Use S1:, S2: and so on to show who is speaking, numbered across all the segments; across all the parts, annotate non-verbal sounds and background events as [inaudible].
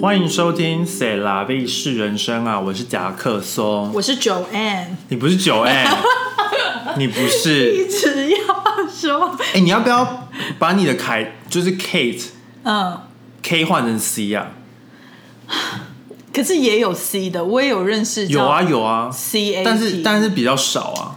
S1: 欢迎收听《塞拉卫视人生》啊，我是夹克松，
S2: 我是 Joanne，
S1: 你不是九 N，你不是，
S2: [laughs] 一直要说，
S1: 哎、你要不要把你的凯就是 Kate
S2: 嗯，
S1: K 换成 C 啊？
S2: 可是也有 C 的，我也有认识叫
S1: 有啊有啊，
S2: C A，
S1: 但是但是比较少啊，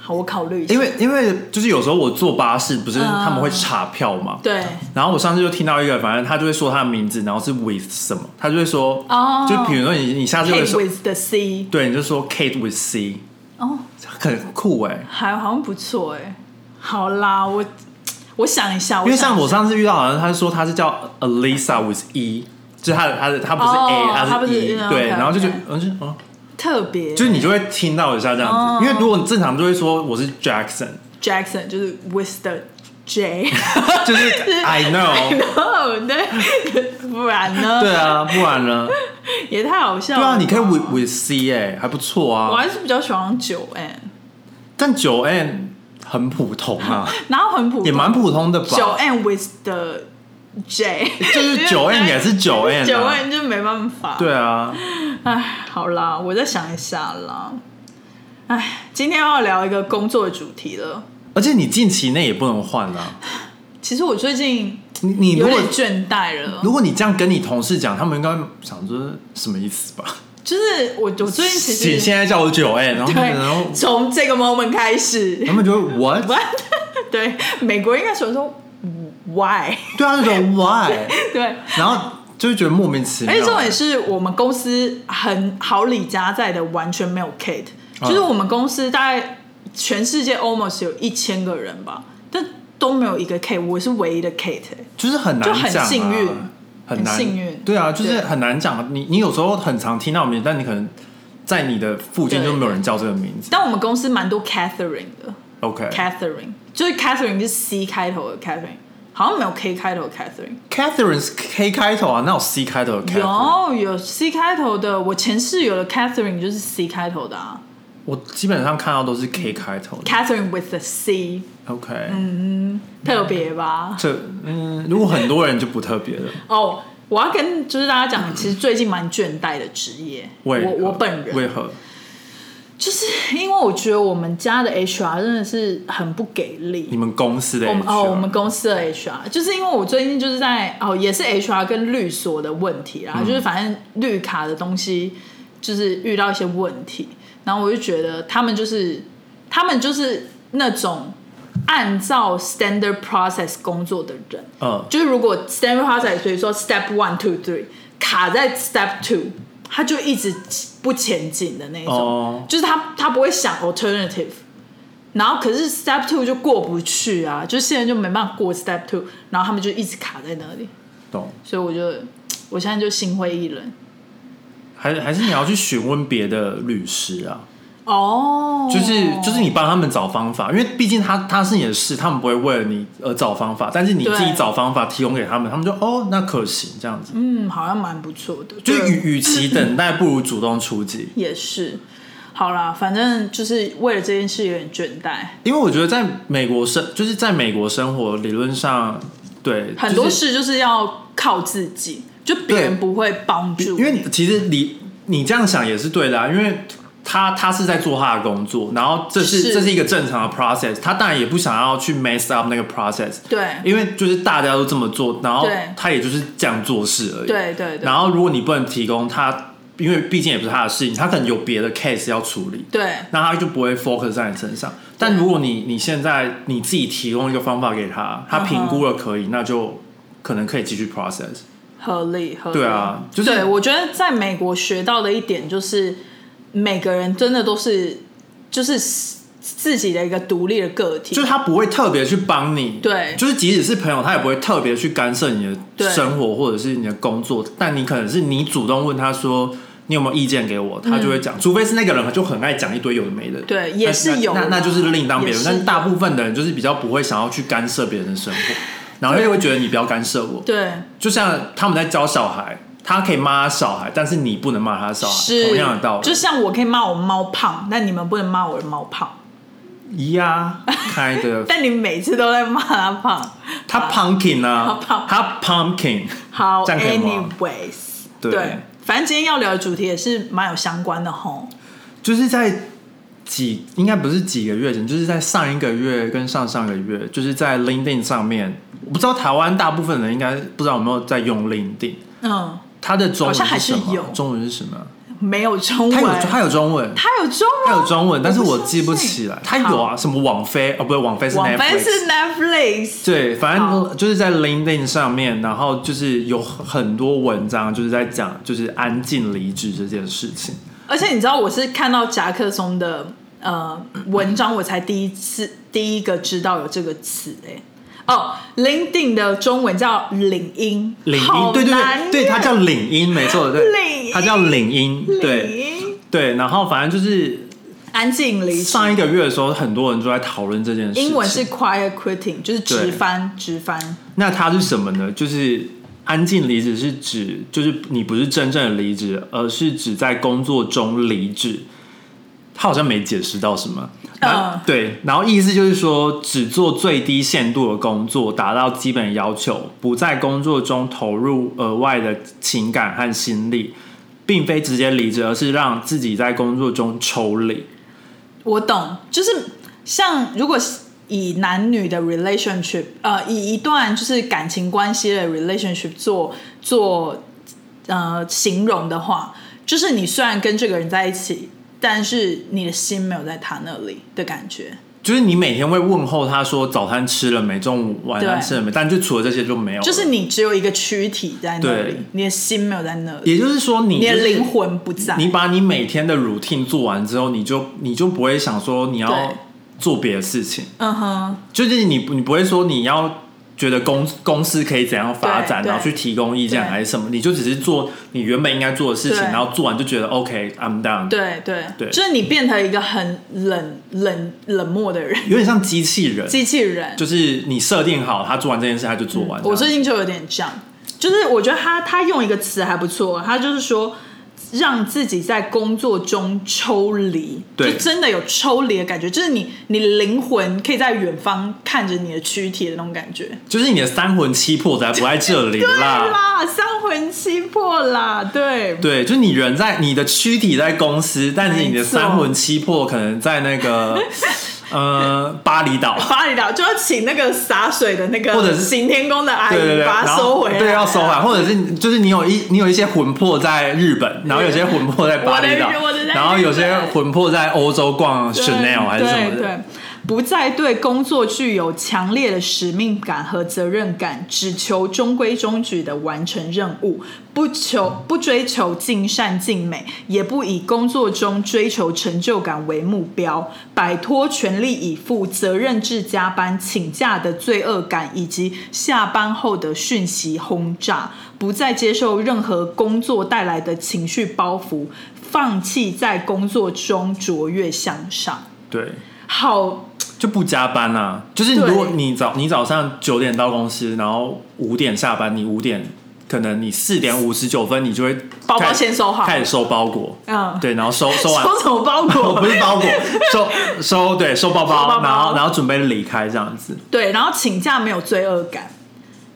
S2: 好，我考虑一下，
S1: 因为因为就是有时候我坐巴士不是
S2: 嗯
S1: 他们会查票嘛，
S2: 对
S1: 然后我上次就听到一个，反正他就会说他的名字，然后是 with 什么，他就会说，
S2: 哦
S1: 就比如说你你下次会
S2: Kate
S1: 说，
S2: with the C，
S1: 对，你就说 Kate with C，
S2: 哦，
S1: 很酷哎、
S2: 还好像不错哎，好啦，我我想一下，
S1: 因为
S2: 想
S1: 像
S2: 一
S1: 我
S2: 下
S1: 上次遇到，好像他是说他是叫 Alisa with E，就是他的他的他不是
S2: 哦
S1: A，、
S2: 他不是
S1: 是 E，
S2: 嗯
S1: 对，
S2: OK，
S1: 然后就觉得嗯
S2: OK
S1: 就嗯，
S2: 特别
S1: 就是你就会听到一下这样
S2: 哦
S1: 子，因为如果你正常就会说我是
S2: [laughs]
S1: Jackson，
S2: Jackson 就是 with the J， [laughs]
S1: 就是 I know，
S2: 然后对，不然呢？
S1: 对啊，不然
S2: [laughs]
S1: 呢？
S2: 也太好笑
S1: 对
S2: 了。
S1: 啊，你可以 with with C 哎、还不错
S2: 我
S1: 啊，
S2: 还是比较喜欢九 N，
S1: 但九 N 很普通啊，
S2: 然后很普通
S1: 也蛮普通的吧，
S2: 九 N with the J， [laughs]
S1: 就是九 N 也是九 N，、啊、
S2: 九 N 就没办法。，
S1: 对啊，
S2: 哎，好啦，我再想一下啦。哎，今天要聊一个工作的主题了。
S1: 而且你近期内也不能换啊，
S2: 其实我最近
S1: 你你
S2: 有
S1: 如果
S2: 点倦怠了，
S1: 如果你这样跟你同事讲，他们应该想说什么意思吧？
S2: 就是我我最近其
S1: 请
S2: 实
S1: 现在叫我九 N，然后然后
S2: 对，从这个 moment 开始 [laughs]
S1: 他们就会 what？
S2: ，what？对，美国应该说说嗯 why？ [laughs]
S1: 对啊，那种 why，
S2: 对，
S1: 然后就会觉得莫名其妙。
S2: 而且重点是我们公司很好李家在的完全没有 Kate，、
S1: 嗯
S2: 就是我们公司大概全世界 almost 有一千个人吧，但都没有一个 Kate，我是唯一的 Kate，、欸、
S1: 就是很难
S2: 就
S1: 讲、啊，
S2: 很幸运
S1: 很难
S2: 很幸运
S1: 对啊，就是
S2: 对
S1: 很难讲。你你有时候很常听到名字，但你可能在你的附近
S2: 对
S1: 就没有人叫这个名字。
S2: 但我们公司蛮多 Catherine 的
S1: OK，
S2: ，Catherine 就是 Catherine 是 C 开头的 Catherine，好像没有 K 开头的 Catherine。
S1: Catherine 是 K 开头啊，那有 C 开头的 Catherine。
S2: 有有 C 开头的，我前室友的 Catherine 就是 C 开头的啊
S1: 我基本上看到都是 K 开头的。
S2: ，Catherine with a
S1: 嗯
S2: C，
S1: OK，
S2: 嗯特别吧？
S1: 这嗯，如果很多人就不特别了。
S2: 哦，我要跟就是大家讲，其实最近蛮倦怠的职业，我
S1: 为何
S2: 我本人
S1: 为何？
S2: 就是因为我觉得我们家的 HR 真的是很不给
S1: 你
S2: 力。
S1: 们公司的
S2: 我们
S1: HR
S2: 哦，我们公司的 HR 就是因为我最近就是在哦，也是 HR 跟律所的问题
S1: 嗯
S2: 啦，就是反正绿卡的东西就是遇到一些问题，然后我就觉得他们就是他们就是那种按照 standard process 工作的人，
S1: 嗯
S2: 就是如果 step process，所以说 step one two three 卡在 step two，他就一直不前进的那种，
S1: 哦
S2: 就是他他不会想 alternative，然后可是 step two 就过不去啊，就现在就没办法过 step two，然后他们就一直卡在那里，
S1: 懂，
S2: 所以我就我现在就心灰意冷
S1: 还还是你要去询问别的律师啊，
S2: 哦，
S1: 就是就是你帮他们找方法，因为毕竟他他是你的事，他们不会为了你而找方法，但是你
S2: 对
S1: 自己找方法提供给他们，他们就哦那可行这样子，
S2: 嗯，好像蛮不错的，
S1: 就是
S2: 对
S1: 与与其等待，不如主动出击。
S2: 也是。好啦，反正就是为了这件事有点倦怠，
S1: 因为我觉得在美国生就是在美国生活理论上，对
S2: 很多
S1: 就是
S2: 事就是要靠自己，就别人不会帮助。
S1: 因为你其实你你这样想也是对的、啊，因为他他是在做他的工作，然后这是
S2: 是
S1: 这是一个正常的 process，他当然也不想要去 mess up 那个 process，
S2: 对
S1: 因为就是大家都这么做，然后
S2: 对
S1: 他也就是这样做事而已。
S2: 对对对
S1: 然后如果你不能提供他，因为毕竟也不是他的事情，他可能有别的 case 要处理。
S2: 对
S1: 那他就不会 focus 在你身上，但如果你你现在你自己提供一个方法给他，
S2: 嗯
S1: 他评估了可以，那就可能可以继续 process。
S2: 合理合理。
S1: 对啊就是
S2: 对我觉得在美国学到的一点就是，每个人真的都是就是自己的一个独立的个体
S1: 就。是他不会特别去帮你，
S2: 对
S1: 就是即使是朋友，他也不会特别去干涉你的
S2: 对
S1: 生活或者是你的工作，但你可能是你主动问他说你有没有意见给我，他就会讲，除非是那个人就很爱讲一堆有的没的，
S2: 嗯对也
S1: 那
S2: 是有
S1: 那那那就是另当别
S2: 也
S1: 论，
S2: 是
S1: 但大部分的人就是比较不会想要去干涉别人的生活，然后又会觉得你不要干涉我，
S2: 对
S1: 就像他们在教小孩，他可以骂他小孩，但是你不能骂他小孩，
S2: 是
S1: 同样的道理，
S2: 就像我可以骂我猫胖，但你们不能骂我的猫胖，
S1: 一呀，开的
S2: 但你们每次都在骂它胖，
S1: 他 pumpkin 啊，
S2: 好
S1: 他 pumpkin，
S2: 好
S1: 这样可以吗
S2: ，anyways，
S1: 对
S2: 反正今天要聊的主题也是蛮有相关的吼。
S1: 就是在几应该不是几个月前，就是在上一个月跟上上个月，就是在 LinkedIn 上面，我不知道台湾大部分人应该不知道有没有在用 LinkedIn，
S2: 嗯，
S1: 它的中文
S2: 好像还是
S1: 什么？
S2: 有
S1: 中文是什么？
S2: 没有中文，
S1: 它有它有中文，
S2: 它有中文，
S1: 它有中文，但是我记不起来。它
S2: 他
S1: 有啊，什么网飞哦，不是网飞是
S2: 网飞
S1: Netflix，
S2: 是 Netflix，
S1: 对，反
S2: 好
S1: 正就是在 LinkedIn 上面，然后就是有很多文章就是在讲就是安静离职这件事情。
S2: 而且你知道我是看到夹克松的呃文章，我才第一次第一个知道有这个词哎、哦，LinkedIn 的中文叫领英，
S1: 领
S2: 好
S1: 英，对对
S2: 难
S1: 对，对，
S2: 念
S1: 它叫领英，没错，
S2: 领
S1: 对，
S2: 英
S1: 它叫领英，
S2: 领
S1: 对
S2: 英，
S1: 对。然后反正就是
S2: 安静离职。
S1: 上一个月的时候，很多人都在讨论这件事情。
S2: 英文是 quiet quitting，就是直翻直翻。
S1: 那它是什么呢？就是安静离职是指，就是你不是真正的离职，而是指在工作中离职。他好像没解释到什么。
S2: 嗯
S1: 对，然后意思就是说，只做最低限度的工作，达到基本要求，不在工作中投入额外的情感和心力，并非直接离职，而是让自己在工作中抽离。
S2: 我懂，就是像如果是以男女的 relationship，呃，以一段就是感情关系的 relationship 做做呃形容的话，就是你虽然跟这个人在一起，但是你的心没有在他那里的感觉。
S1: 就是你每天会问候他说早餐吃了没，中午晚餐
S2: 对
S1: 吃了没，但就除了这些就没有了。
S2: 就是你只有一个躯体在那里
S1: 哦对，
S2: 你的心没有在那里，
S1: 也就是说你、
S2: 你
S1: 就
S2: 的
S1: 是
S2: 灵魂啊不在。
S1: 你把你每天的 routine 做完之后，你就你就不会想说你要
S2: 对
S1: 做别的事情，
S2: 嗯哼，
S1: 就是你你不会说你要觉得公公司可以怎样发展，
S2: 对
S1: 然后去提供意见
S2: 对
S1: 还是什么，你就只是做你原本应该做的事情，
S2: 对
S1: 然后做完就觉得 OK，I'm、done，，
S2: 对对
S1: 对
S2: 就是你变成一个很冷冷冷漠的人，
S1: 有点像机器人，
S2: 机器人。
S1: 就是你设定好他做完这件事他就做完。
S2: 嗯我
S1: 这
S2: 最
S1: 样
S2: 近就有点这样，就是我觉得他他用一个词还不错，他就是说让自己在工作中抽离，
S1: 对
S2: 就真的有抽离的感觉，就是你你灵魂可以在远方看着你的躯体的那种感觉。
S1: 就是你的三魂七魄才不在这里
S2: 对啊
S1: 啦。
S2: 啦，三魂七魄啦，对
S1: 啊对，就是你人在你的躯体在公司，但是你的
S2: 没错
S1: 三魂七魄可能在那
S2: [laughs]
S1: 个呃巴厘岛，
S2: 巴厘岛就要请那个洒水的那个，
S1: 或者是
S2: 行天宫的阿
S1: 对对
S2: 姨
S1: 对，
S2: 把它
S1: 然后
S2: 收回来，
S1: 对，要收回来，或者是就是你有一你有一些魂魄在日本，然后有些魂魄在巴厘岛
S2: 我的我的在日，本
S1: 然后有些魂魄在欧洲逛
S2: 对
S1: Chanel 还是什么的，
S2: 对对，不再对工作具有强烈的使命感和责任感，只求中规中矩的完成任务，不求不追求尽善尽美，也不以工作中追求成就感为目标，摆脱全力以赴、责任制加班、请假的罪恶感以及下班后的讯息轰炸，不再接受任何工作带来的情绪包袱。放弃在工作中卓越向上，
S1: 对，
S2: 好，
S1: 就不加班啦。就是
S2: 对
S1: 如果你早你早上九点到公司，然后五点下班，你五点可能你四点五十九分你就会
S2: 包包
S1: 开始
S2: 先收好
S1: 开始收包裹，
S2: 嗯
S1: 对，然后收收完
S2: 收什么包
S1: [laughs] 哦不
S2: 裹？
S1: 是包
S2: [laughs]
S1: 裹，收收对收包
S2: 收包
S1: 包，
S2: 包
S1: 然后然后准备离开这样子。
S2: 对，然后请假没有罪恶感，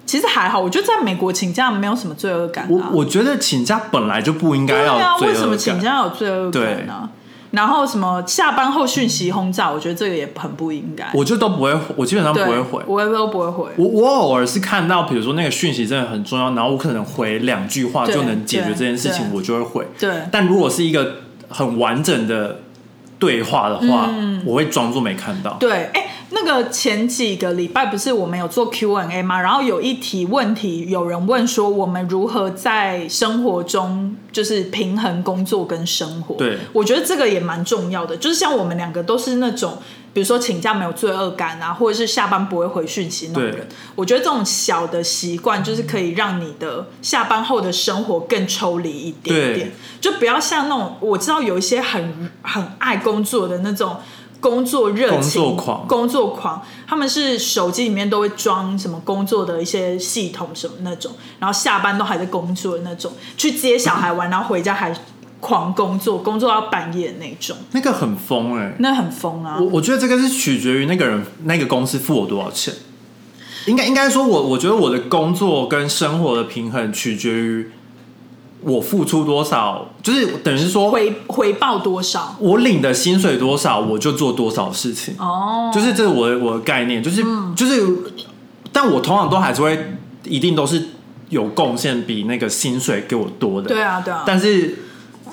S2: 其实还好，我觉得在美国请假没有什么罪恶感
S1: 我
S2: 啊。
S1: 我觉得请假本来就不应该
S2: 对
S1: 要
S2: 啊，
S1: 有罪恶
S2: 为
S1: 感
S2: 什么请假要有罪恶感呢？然后什么下班后讯息轰炸，我觉得这个也很不应该。
S1: 我就都不会，我基本上不
S2: 对
S1: 会回。
S2: 我也都不会回。
S1: 我我偶尔是看到，比如说那个讯息真的很重要，然后我可能回两句话
S2: 对
S1: 就能解决
S2: 对
S1: 这件事情，
S2: 对
S1: 我就会回。
S2: 对
S1: 但如果是一个很完整的对话的话，我会装作没看到。
S2: 嗯对，哎，那个前几个礼拜不是我们有做 Q&A 吗？然后有一题问题，有人问说我们如何在生活中就是平衡工作跟生活。
S1: 对
S2: 我觉得这个也蛮重要的。就是像我们两个都是那种，比如说请假没有罪恶感啊，或者是下班不会回讯息那种
S1: 对
S2: 人。我觉得这种小的习惯，就是可以让你的下班后的生活更抽离一点
S1: 对。
S2: 点就不要像那种我知道有一些很很爱工作的那种工作热情、
S1: 工作狂
S2: 工作狂，他们是手机里面都会装什么工作的一些系统什么那种，然后下班都还在工作的那种，去接小孩玩，然后回家还狂工作，工作到半夜那种，
S1: 那个很疯哎、
S2: 那很疯啊
S1: 我！我觉得这个是取决于那个人那个公司付我多少钱。应该应该说我，我觉得我的工作跟生活的平衡取决于我付出多少，就是等于是说，
S2: 回回报多少？
S1: 我领的薪水多少，我就做多少事情。
S2: 哦，嗯
S1: 就是这是我的我的概念，就是、就是，但我通常都还是会，一定都是有贡献比那个薪水给我多的。
S2: 对啊，对啊，
S1: 但是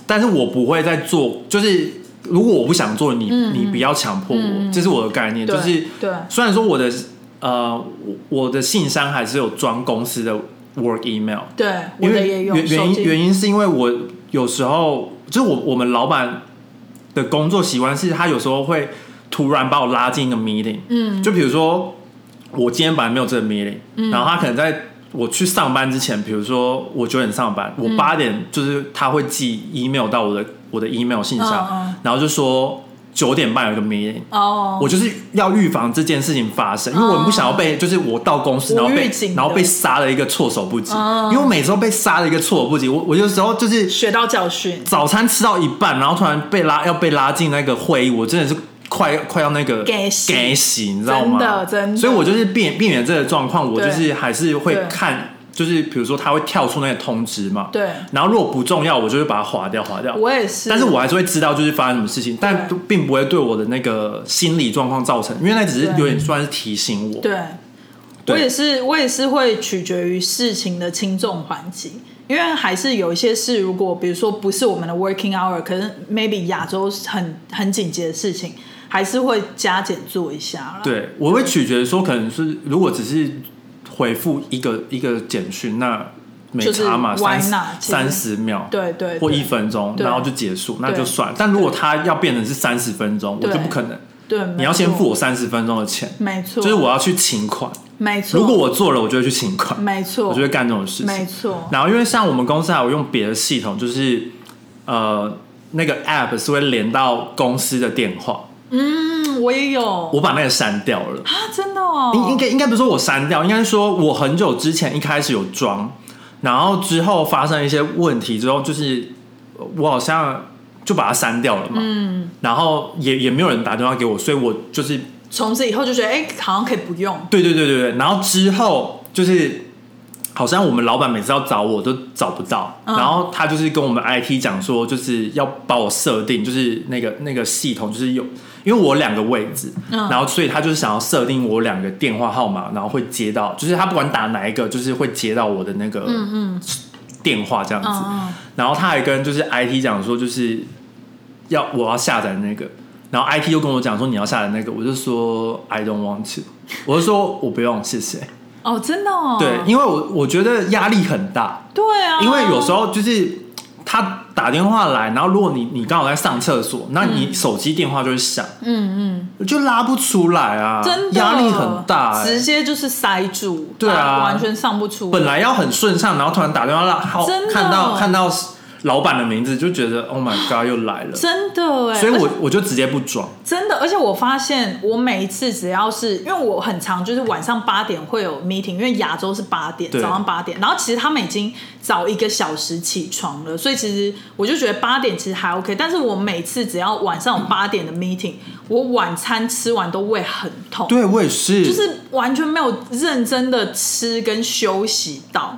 S1: 但是我不会再做，就是如果我不想做，你、你不要强迫我，这是我的概念。就
S2: 嗯对
S1: 是
S2: 对
S1: 虽然说我的呃我我的信箱还是有装公司的 work email，
S2: 对，我
S1: 因
S2: 的
S1: 为
S2: 也有
S1: 原原
S2: 手
S1: 因
S2: 机
S1: 原因是因为我有时候就是我我们老板的工作习惯是他有时候会突然把我拉进一个 meeting，
S2: 嗯，
S1: 就比如说我今天本来没有这个 meeting，、然后他可能在我去上班之前，比如说我九点上班，我八点就是他会寄 email 到我的我的 email 信箱，
S2: 嗯嗯
S1: 然后就说九点半有一个 meeting。
S2: 哦，
S1: 我就是要预防这件事情发生，因为我不想要被，就是我到公司，然后
S2: 无预
S1: 被
S2: 警的
S1: 然后被杀了一个措手不及，
S2: 嗯
S1: 因为我每次都被杀了一个措手不及，我我有时候就是
S2: 学到教训，
S1: 早餐吃到一半，然后突然被拉要被拉进那个会议，我真的是快快要那个
S2: 给洗
S1: 给洗，你知道吗？
S2: 真的真的
S1: 所以我就是避避免这个状况，我
S2: 对
S1: 就是还是会
S2: 对
S1: 看，就是比如说他会跳出那个通知嘛，
S2: 对
S1: 然后如果不重要，我就会把它划掉划掉。
S2: 我也是，
S1: 但是我还是会知道就是发生什么事情，但
S2: 对
S1: 并不会对我的那个心理状况造成，因为那只是
S2: 对
S1: 有点算是提醒我。
S2: 对，
S1: 对
S2: 我也是，我也是会取决于事情的轻重缓急，因为还是有一些事，如果比如说不是我们的 working hour，可能 maybe 亚洲很很紧急的事情，还是会加减做一下啦。
S1: 对，我会取决说，可能是如果只是回复一个一个简讯，那没
S2: 就是
S1: 差嘛，
S2: why
S1: 三
S2: not，其实
S1: 三十秒，
S2: 对对
S1: 或
S2: 对
S1: 一分钟，
S2: 对
S1: 然后就结束，那
S2: 对
S1: 就算。但如果他要变成是三十分钟，我
S2: 对
S1: 就不可能。
S2: 对，
S1: 你要先
S2: 没错
S1: 付，我三十分钟的钱，
S2: 没错，
S1: 就是我要去请款。
S2: 没错，
S1: 如果我做了，我就会去请款。
S2: 没错，
S1: 我就会干这种事情。
S2: 没错
S1: 然后因为像我们公司还有用别的系统，就是呃那个 app 是会连到公司的电话，
S2: 嗯，我也有
S1: 我把那个删掉了。
S2: 啊，真的哦，
S1: 应应该应该不是说我删掉，应该是说我很久之前一开始有装，然后之后发生一些问题之后，就是呃我好像就把它删掉了嘛。嗯。然后也也没有人打电话给我，所以我就是
S2: 从此以后就觉得，哎、好像可以不用，
S1: 对对对对对，然后之后就是好像我们老板每次要找我都找不到，
S2: 嗯
S1: 然后他就是跟我们 IT 讲说，就是要帮我设定，就是那个那个系统就是有。因为我有两个位置，
S2: 嗯
S1: 然后所以他就是想要设定我两个电话号码，然后会接到，就是他不管打哪一个，就是会接到我的那个电话这样子。
S2: 嗯嗯
S1: 然后他还跟就是 IT 讲说，就是要我要下载那个，然后 IT 又跟我讲说你要下载那个，我就说 I don't want to，我就说我不用，谢谢。
S2: 哦，真的哦，
S1: 对，因为我我觉得压力很大，
S2: 对啊，
S1: 因为有时候就是他打电话来，然后如果你你刚好在上厕所，那你手机电话就会响，
S2: 嗯嗯嗯。
S1: 就拉不出来啊，
S2: 真的
S1: 压力很大、欸
S2: 直接就是塞住，
S1: 对啊
S2: 完全上不出。
S1: 本来要很顺畅，然后突然打电话让好
S2: 真的
S1: 看到看到老板的名字，就觉得 Oh my God 又来了。
S2: 真的哎、
S1: 所以
S2: 而
S1: 我
S2: 且哦
S1: 我就直接不装，
S2: 真的，而且我发现我每一次只要是因为我很常就是晚上八点会有 meeting，因为亚洲是八点，
S1: 对
S2: 早上八点，然后其实他们已经早一个小时起床了，所以其实我就觉得八点其实还 OK，但是我每次只要晚上有八点的 meeting，我晚餐吃完都胃很痛，
S1: 对我也是，
S2: 就是完全没有认真的吃跟休息到，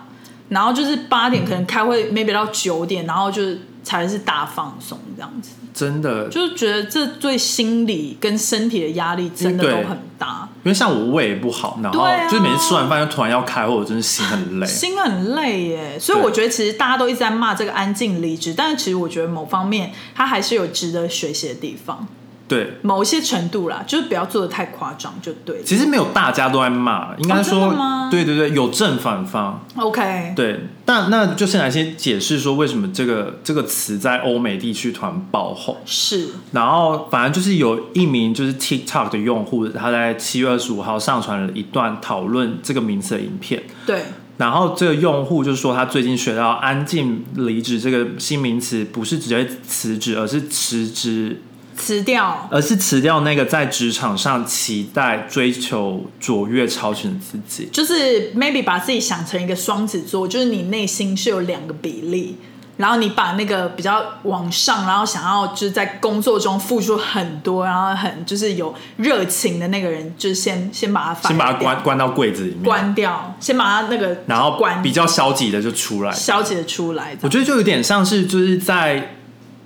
S2: 然后就是八点可能开会，maybe 到九点，然后就是才是大放松这样子，
S1: 真的，
S2: 就是觉得这对心理跟身体的压力真的
S1: 对
S2: 都很大，
S1: 因为像我胃也不好，然后
S2: 对啊
S1: 就是每次吃完饭就突然要开会，我真的心很累。
S2: 心很累耶。所以
S1: 对
S2: 我觉得其实大家都一直在骂这个安静离职，但是其实我觉得某方面它还是有值得学习的地方，
S1: 对，
S2: 某一些程度啦，就是不要做的太夸张就对了。
S1: 其实没有大家都在骂，应该
S2: 哦真
S1: 说
S2: 的吗，
S1: 对对对，有正反方。
S2: OK，
S1: 对，但那就先来先解释说为什么这个这个词在欧美地区团爆红。
S2: 是
S1: 然后反正就是有一名就是 TikTok 的用户，他在七月二十五号上传了一段讨论这个名词的影片。
S2: 对，
S1: 然后这个用户就说，他最近学到“安静离职”这个新名词，不是直接辞职，而是辞职，
S2: 辞掉，
S1: 而是辞掉那个在职场上期待、追求卓越、超群的自己。
S2: 就是 maybe 把自己想成一个双子座，就是你内心是有两个比例，然后你把那个比较往上，然后想要就是在工作中付出很多，然后很就是有热情的那个人，就是先先把他放
S1: 先把它
S2: 掉
S1: 关关到柜子里面，
S2: 关掉，先把他那个
S1: 然后
S2: 关
S1: 比较嗯消极的就出来。
S2: 消解出来。
S1: 我觉得就有点像是就是在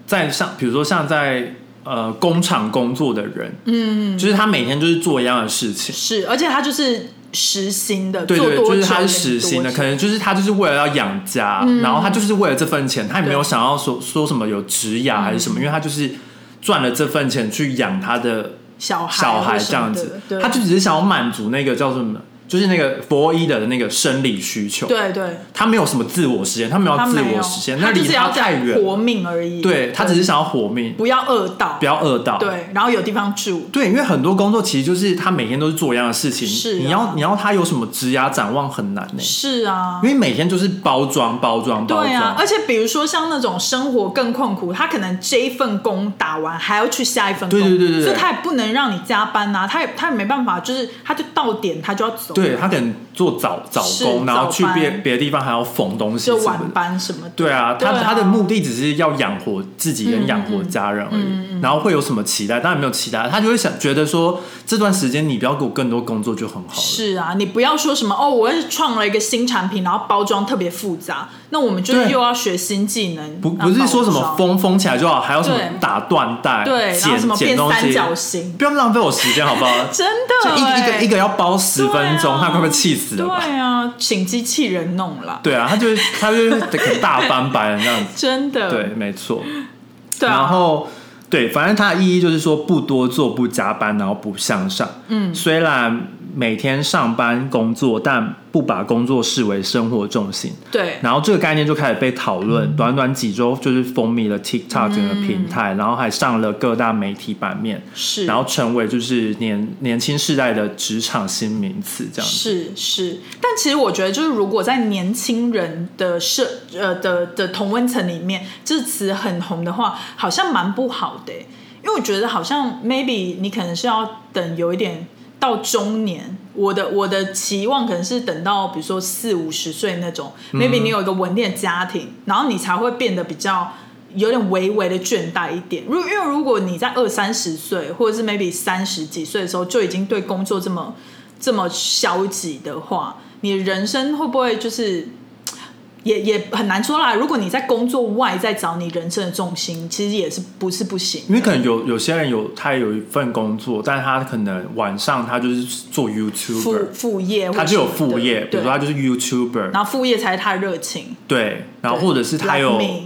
S1: 在像比如说像在呃工厂工作的人，嗯，就是他每天就是做一样的事情，
S2: 是，而且他就是实薪的，
S1: 对
S2: 做
S1: 对，就
S2: 多
S1: 是
S2: 久
S1: 他
S2: 领
S1: 是实薪的，
S2: 多久嗯
S1: 可能就是他就是为了要养家，然后他就是为了这份钱，他也没有想要说说什么有职涯还是
S2: 嗯
S1: 什么，因为他就是赚了这份钱去养他的
S2: 小孩
S1: 小孩
S2: 或什
S1: 这样
S2: 么
S1: 子
S2: 的，对
S1: 他就只是想要满足那个叫什么，就是那个佛伊的那个生理需求，
S2: 对对，
S1: 他没有什么自我实现，他没有
S2: 他
S1: 自
S2: 没有
S1: 我实现，那
S2: 他就
S1: 离
S2: 是要
S1: 太
S2: 在
S1: 远了，
S2: 活命而已。
S1: 对他只是想要活命，
S2: 不要饿到，
S1: 不要饿到，
S2: 对，然后有地方住，
S1: 对，因为很多工作其实就是他每天都是做一样的事情，
S2: 是啊
S1: 你要你要他有什么职涯展望很难呢、
S2: 是啊
S1: 因。为每天就是包装、包装、包
S2: 对啊
S1: 装，，
S2: 而且比如说像那种生活更困苦，他可能这一份工打完还要去下一份工，
S1: 对对对对对
S2: 所以他也不能让你加班呐、啊，他也他也没办法，就是他就到点他就要走，
S1: 对他可能做早早
S2: 是
S1: 工，然后去
S2: 早班
S1: 别别的地方还要缝东西
S2: 就
S1: 什么
S2: 晚
S1: 的。
S2: 班什么的，
S1: 对啊，他
S2: 对啊嗯
S1: 他的目的只是要养活自己跟养活家人而已，然后会有什么期待？当然没有期待，他就会想觉得说这段时间你不要给我更多工作就很好了。
S2: 是啊，你不要说什么哦，我是创了一个新产品，然后包装特别复杂，那我们就是
S1: 对
S2: 又要学新技能，
S1: 不
S2: 然
S1: 不
S2: 后
S1: 是说什么
S2: 包装
S1: 封封起来就好，还有什么
S2: 啊对
S1: 打缎带、
S2: 对，然后什
S1: 剪
S2: 么
S1: 剪
S2: 变
S1: 东
S2: 三
S1: 西，
S2: 角形，
S1: 不要浪费我时间好
S2: [laughs]
S1: 不好？
S2: 真的
S1: 就一个一
S2: 欸
S1: 个一个要包十分钟，
S2: 对啊
S1: 他快被气死了吧？
S2: 对啊，请机器人弄啦，
S1: 对啊，他就是他就是很大翻白眼这
S2: [laughs]
S1: 样子。
S2: 真的，
S1: 对，没错。
S2: 对啊
S1: 然后对，反正它的意义就是说不多做、不加班，然后不向上。嗯，虽然每天上班工作，但不把工作视为生活重心。
S2: 对
S1: 然后这个概念就开始被讨论，短短几周就是风靡了 TikTok 整个平台，然后还上了各大媒体版面，
S2: 是，
S1: 然后成为就是年年轻世代的职场新名词这样子。
S2: 是是，但其实我觉得，就是如果在年轻人的社呃的的同温层里面，这词很红的话，好像蛮不好的欸、因为我觉得好像 maybe 你可能是要等有一点到中年，我的我的期望可能是等到比如说四五十岁那种、m a
S1: 嗯
S2: y b e 你有一个稳定的家庭，然后你才会变得比较。有点微微的倦怠一点，如因为如果你在二三十岁，或者是 maybe 三十几岁的时候，就已经对工作这么这么消极的话，你人生会不会就是也也很难说啦？如果你在工作外再找你人生的重心，其实也是不是不行
S1: 因为可能有有些人有他有一份工作，但他可能晚上他就是做 YouTuber，
S2: 副副业或
S1: 他就有
S2: 什么的
S1: 副业，比如
S2: 对
S1: 说他就是 YouTuber，
S2: 然后副业才是他的热情，
S1: 对，然后
S2: 对
S1: 或者是他
S2: like
S1: 有
S2: me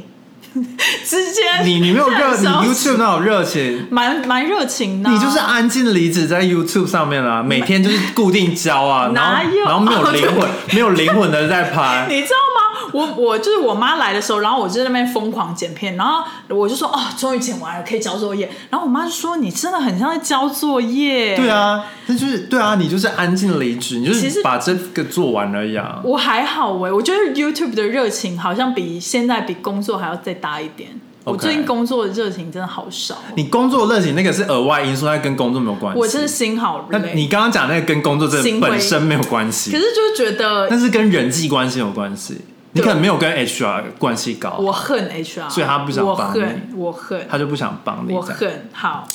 S2: [laughs] 之间
S1: 你你没有热，你
S2: 很熟
S1: YouTube 那种热情，
S2: 蛮蛮热情的啊、
S1: 你就是安静离职在 YouTube 上面啦、每天就是固定交
S2: [laughs]
S1: 啊，然
S2: 哪
S1: 后
S2: 有
S1: 然后没有
S2: 哦
S1: 灵
S2: [laughs]
S1: 魂，没有灵魂的在 [laughs] 拍，
S2: 你知道吗？我我就是我妈来的时候，然后我就在那边疯狂剪片，然后我就说哦，终于剪完了，可以交作业。然后我妈就说你真的很像在交作业。
S1: 对啊，那就是对啊，你就是安静离职，你就
S2: 其
S1: 是
S2: 实
S1: 把这个做完而已啊。
S2: 我还好哎、我觉得 YouTube 的热情好像比现在比工作还要再大一点。我
S1: OK
S2: 最近工作的热情真的好少哦，
S1: 你工作热情那个是额外因素，那跟工作没有关系。
S2: 我真的心好
S1: 那
S2: 累。
S1: 你刚刚讲那个跟工作这
S2: 行为
S1: 本身没有关
S2: 可
S1: 系，
S2: 是就是觉得
S1: 但是跟人际关系有关系。你
S2: 对
S1: 可能没有跟 HR 关系高，
S2: 我恨 HR，
S1: 所以他不想
S2: 我
S1: 帮你
S2: 恨，我恨，
S1: 他就不想帮你
S2: 我
S1: 这样。
S2: 很好。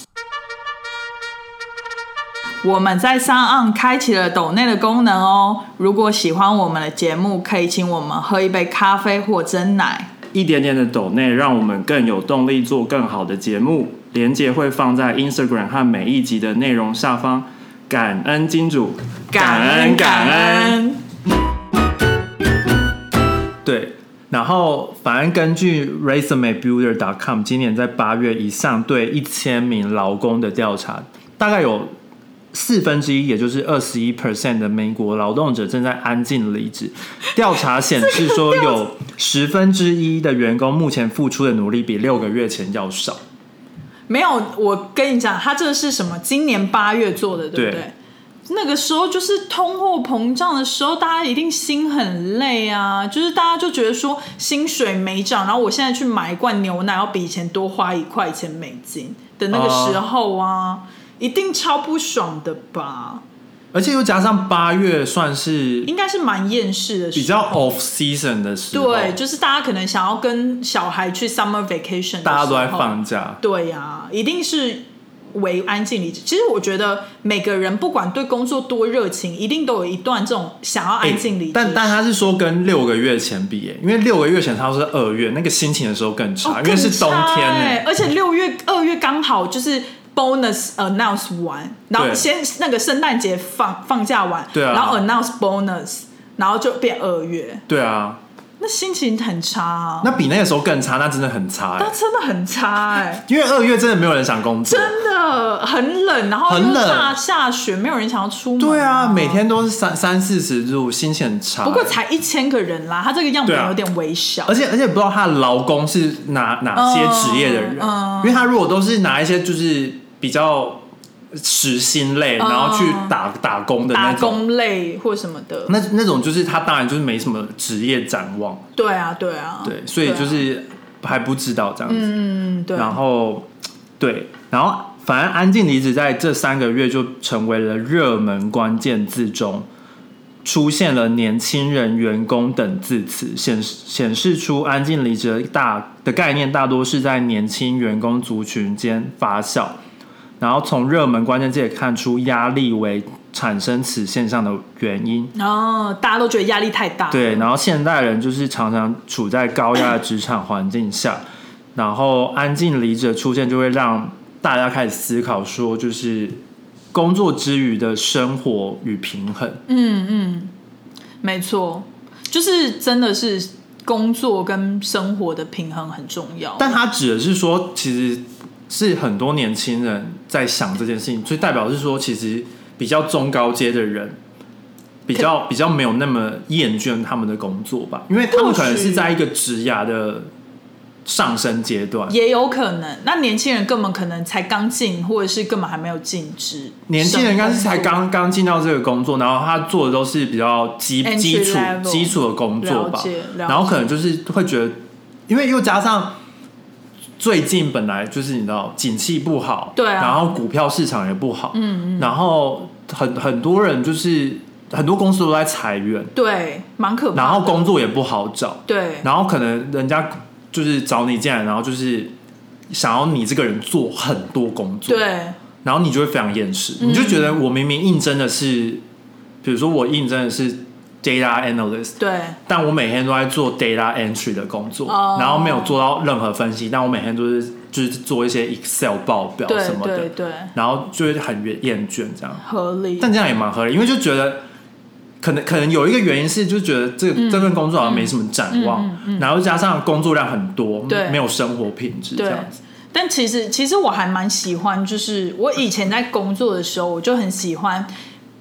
S2: 我们在上岸开启了抖内的功能哦。如果喜欢我们的节目，可以请我们喝一杯咖啡或蒸奶。
S3: 一点点的抖内，让我们更有动力做更好的节目。连接会放在 Instagram 和每一集的内容下方。感恩金主，
S2: 感恩
S1: 对，然后反正根据 resumebuilder.com 今年在八月以上对一千名劳工的调查，大概有四分之一，也就是二十一 percent 的美国劳动者正在安静离职。调查显示说，有十分之一的员工目前付出的努力比六个月前要少。
S2: 没有，我跟你讲，他这是什么？今年八月做的，对不对？
S1: 对
S2: 那个时候就是通货膨胀的时候，大家一定心很累啊，就是大家就觉得说薪水没涨，然后我现在去买一罐牛奶要比以前多花一块钱美金的那个时候啊，一定超不爽的吧？
S1: 而且又加上八月算是
S2: 应该是蛮厌世的时候，
S1: 比较 off season 的时候，
S2: 对，就是大家可能想要跟小孩去 summer vacation，的
S1: 大家都在
S2: 时候
S1: 放假，
S2: 对呀、一定是为安静离职。其实我觉得每个人不管对工作多热情，一定都有一段这种想要安静离职、
S1: 欸但但他是说跟六个月前比、欸，因为六个月前他是二月，那个心情的时候更差，
S2: 哦
S1: 因为是冬天哎
S2: 更差
S1: 呢、
S2: 欸而且六月、二月刚好就是。bonus announce 完，然后
S1: 对
S2: 先那个圣诞节放放假完，
S1: 对啊
S2: 然后 announce bonus，然后就变二月，
S1: 对啊，
S2: 那心情很差、啊，
S1: 那比那个时候更差，那真的很差、
S2: 那
S1: 欸。
S2: 真的很差哎、
S1: 因为二月真的没有人想工作，
S2: 真的很冷，然后
S1: 很
S2: 又
S1: 冷
S2: 大下雪，没有人想要出门、
S1: 对啊，每。天都是三三四十度，心情很差。
S2: 不过才一千个人啦，他这个样本
S1: 对啊
S2: 有点微小。
S1: 而且而且不知道他的劳工是哪哪些职业的人，
S2: 嗯嗯
S1: 因为他如果都是拿一些就是比较时薪类，然后去打打工的那
S2: 嗯打
S1: 种，
S2: 工类或什么的，
S1: 那那种就是他当然就是没什么职业展望，
S2: 对啊，对啊，
S1: 对，所以就是还不知道这样子。
S2: 嗯，对，
S1: 然后对，然后反正安静离职在这三个月就成为了热门关键字中。出现了年轻人、员工等字词，显显示出安静离职大的概念大多是在年轻员工族群间发酵。然后从热门关键字也看出压力为产生此现象的原因。
S2: 然后大家都觉得压力太大，
S1: 对，然后现代人就是常常处在高压的职场环境下，然后安静离职的出现，就会让大家开始思考说，就是工作之余的生活与平衡。
S2: 没错，就是真的是工作跟生活的平衡很重要。
S1: 但他指的是说，其实是很多年轻人在想这件事情，所以代表是说，其实比较中高阶的人。比较比较没有那么厌倦他们的工作吧，因为他们可能是在一个职涯的上升阶段，
S2: 也有可能，那年轻人根本可能才刚进，或者是根本还没有进职。
S1: 年轻人应该是才刚刚进到这个工作，然后他做的都是比较基
S2: Entry
S1: 基础
S2: level
S1: 基础的工作吧
S2: 了解，了解
S1: 然后可能就是会觉得，因为又加上最近本来就是你知道景气不好，
S2: 对啊
S1: 然后股票市场也不好，嗯嗯，然后很很多人就是很多公司都在裁员，
S2: 对，蛮可怕的。
S1: 然后工作也不好找，
S2: 对，
S1: 然后可能人家就是找你进来，然后就是想要你这个人做很多工作，
S2: 对，
S1: 然后你就会非常厌世，
S2: 嗯
S1: 你就觉得我明明应征的是，比如说我应征的是 data analyst，
S2: 对，
S1: 但我每天都在做 data entry 的工作，
S2: 哦
S1: 然后没有做到任何分析，但我每天都是就是做一些 Excel 报表什
S2: 对，
S1: 么的
S2: 对，，对，
S1: 然后就会很厌厌倦这样。
S2: 合理。
S1: 但这样也蛮合理，因为就觉得可能可能有一个原因是，就觉得这、
S2: 嗯
S1: 这份工作好像没什么展望，然后加上工作量很多，
S2: 对
S1: 没有生活品质这
S2: 对
S1: 样子。，
S2: 但其实其实我还蛮喜欢，就是我以前在工作的时候，我就很喜欢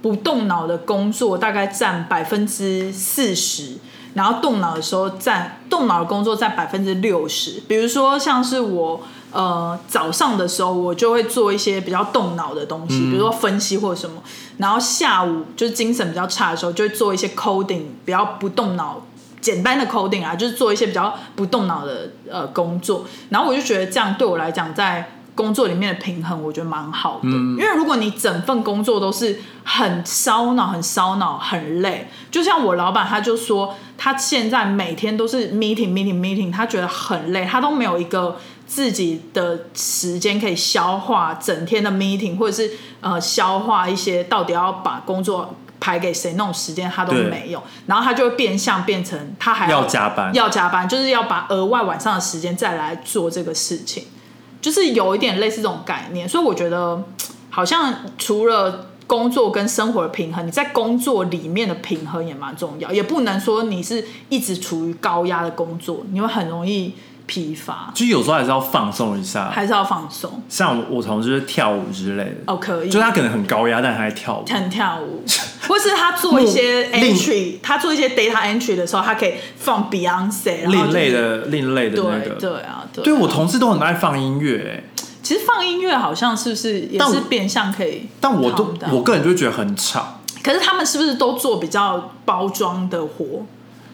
S2: 不动脑的工作，大概占百分之四十。然后动脑的时候占动脑的工作占百分之六十，比如说像是我呃早上的时候，我就会做一些比较动脑的东西，比如说分析或什么。然后下午就是精神比较差的时候，就会做一些 coding，比较不动脑简单的 coding 啊，就是做一些比较不动脑的呃工作。然后我就觉得这样对我来讲，在工作里面的平衡，我觉得蛮好的。因为如果你整份工作都是很烧脑、很烧脑、很累，就像我老板他就说，他现在每天都是 meeting、meeting、meeting，他觉得很累，他都没有一个。自己的时间可以消化整天的 meeting，或者是呃消化一些到底要把工作排给谁那种时间，他都
S1: 对
S2: 没有，然后他就会变相变成他还
S1: 要加班
S2: 要加班，就是要把额外晚上的时间再来做这个事情，就是有一点类似这种概念。所以我觉得，好像除了工作跟生活的平衡，你在工作里面的平衡也蛮重要，也不能说你是一直处于高压的工作，你会很容易疲乏，
S1: 就有时候还是要放松一下，
S2: 还是要放松
S1: 像我我同事就是跳舞之类的，
S2: 哦，可以。
S1: 就他可能很高压，但他还跳舞。
S2: 很跳舞，或是他做
S1: [laughs]
S2: 一些
S1: 另
S2: entry，他做一些 data entry 的时候，他可以放 Beyonce，然后
S1: 另类
S2: 就是
S1: 的另类的那
S2: 对
S1: 个，
S2: 对啊，对啊
S1: 对我同事都很爱放音乐、欸，
S2: 其实放音乐好像是不是也
S1: 但我
S2: 是变相可以
S1: 但我都
S2: calm down
S1: 我个人就觉得很吵，
S2: 可是他们是不是都做比较包装的活？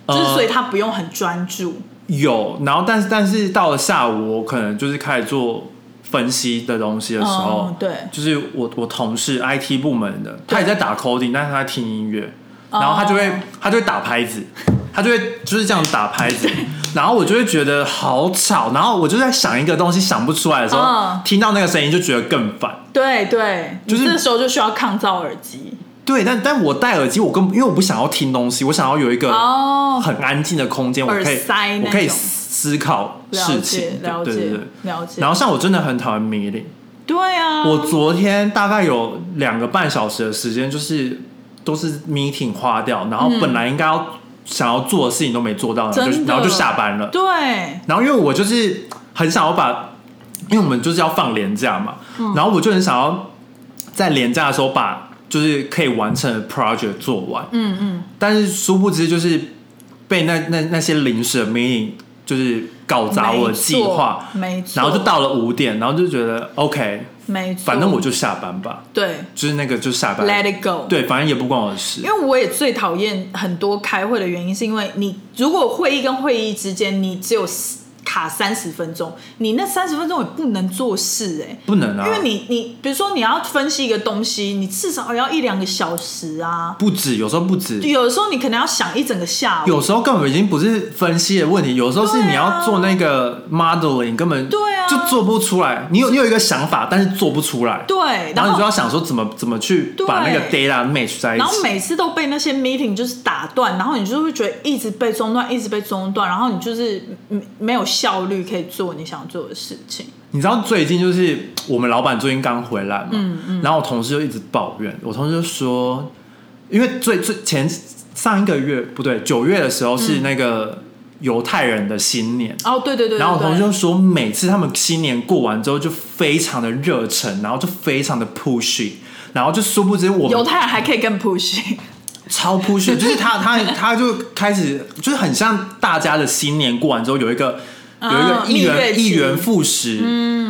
S2: 就
S1: 呃
S2: 是所以他不用很专注，
S1: 有，然后但是但是到了下午，我可能就是开始做分析的东西的时候，
S2: 嗯，对，
S1: 就是我我同事 IT 部门的，他也在打 coding，但是他在听音乐，然后他就会、
S2: 哦
S1: 他就会打拍子，他就会就是这样打拍
S2: [laughs]
S1: 子，然后我就会觉得好吵，然后我就在想一个东西想不出来的时候，
S2: 嗯
S1: 听到那个声音就觉得更烦。
S2: 对对，
S1: 就是
S2: 你这时候就需要抗噪耳机
S1: 对，但但我戴耳机，我根本因为我不想要听东西，我想要有一个
S2: 哦，
S1: 很安静的空间，我可以
S2: 耳塞那
S1: 我可以
S2: 种
S1: 思考
S2: 了
S1: 事
S2: 解
S1: 情，
S2: 了
S1: 对对对
S2: 解。了解。
S1: 然后像我真的很讨厌迷令，
S2: 对啊，
S1: 我昨天大概有两个半小时的时间，就是都是 meeting 花掉，然后本来应该要想要做的事情都没做到，然后就
S2: 真的
S1: 然后就下班了。
S2: 对
S1: 然后因为我就是很想要把，因为我们就是要放年假嘛，
S2: 嗯
S1: 然后我就很想要在年假的时候把就是可以完成的 project 做完，
S2: 嗯嗯，
S1: 但是殊不知就是被那那那些临时的 meeting 就是搞砸我的
S2: 没
S1: 计划，
S2: 错没错，
S1: 然后就到了五点，然后就觉得 OK，
S2: 没错，
S1: 反正我就下班吧，
S2: 对
S1: 就是那个就下班
S2: 嗯 let it go，
S1: 对，反正也不关我的事
S2: 因。为我也最讨厌很多开会的原因，是因为你如果会议跟会议之间你只有卡三十分钟，你那三十分钟也不能做事哎、
S1: 不能啊，
S2: 因为你你比如说你要分析一个东西，你至少要一两个小时啊，
S1: 不止，有时候不止，
S2: 有的时候你可能要想一整个下午。
S1: 有时候根本已经不是分析的问题，有时候是你要做那个 modeling，根本
S2: 啊对啊
S1: 就做不出来。你有你有一个想法，但是做不出来，
S2: 对，
S1: 然
S2: 然
S1: 后你
S2: 后
S1: 就要想说怎么怎么去
S2: 对
S1: 把那个 data match 在一
S2: 然后
S1: 起。
S2: 每次都被那些 meeting 就是打断，然后你就会觉得一直被中断，一直被中断，然后你就是嗯没有效率可以做你想做的事情。
S1: 你知道最近就是我们老板最近刚回来嘛，然后我同事就一直抱怨，我同事就说，因为最最前上一个月不对，九月的时候是那个犹太人的新年，
S2: 哦，对对对对对
S1: 然后我同事就说，每次他们新年过完之后，就非常的热忱，然后就非常的 pushy，然后就殊不知我
S2: 犹
S1: 们
S2: 太人还可以更 push，
S1: 超
S2: [laughs]
S1: pushy，就是他他他就开始就是很像大家的新年过完之后有一个。有一个
S2: 嗯
S1: 一
S2: 蜜月
S1: 元
S2: 期嗯
S1: 一元复始，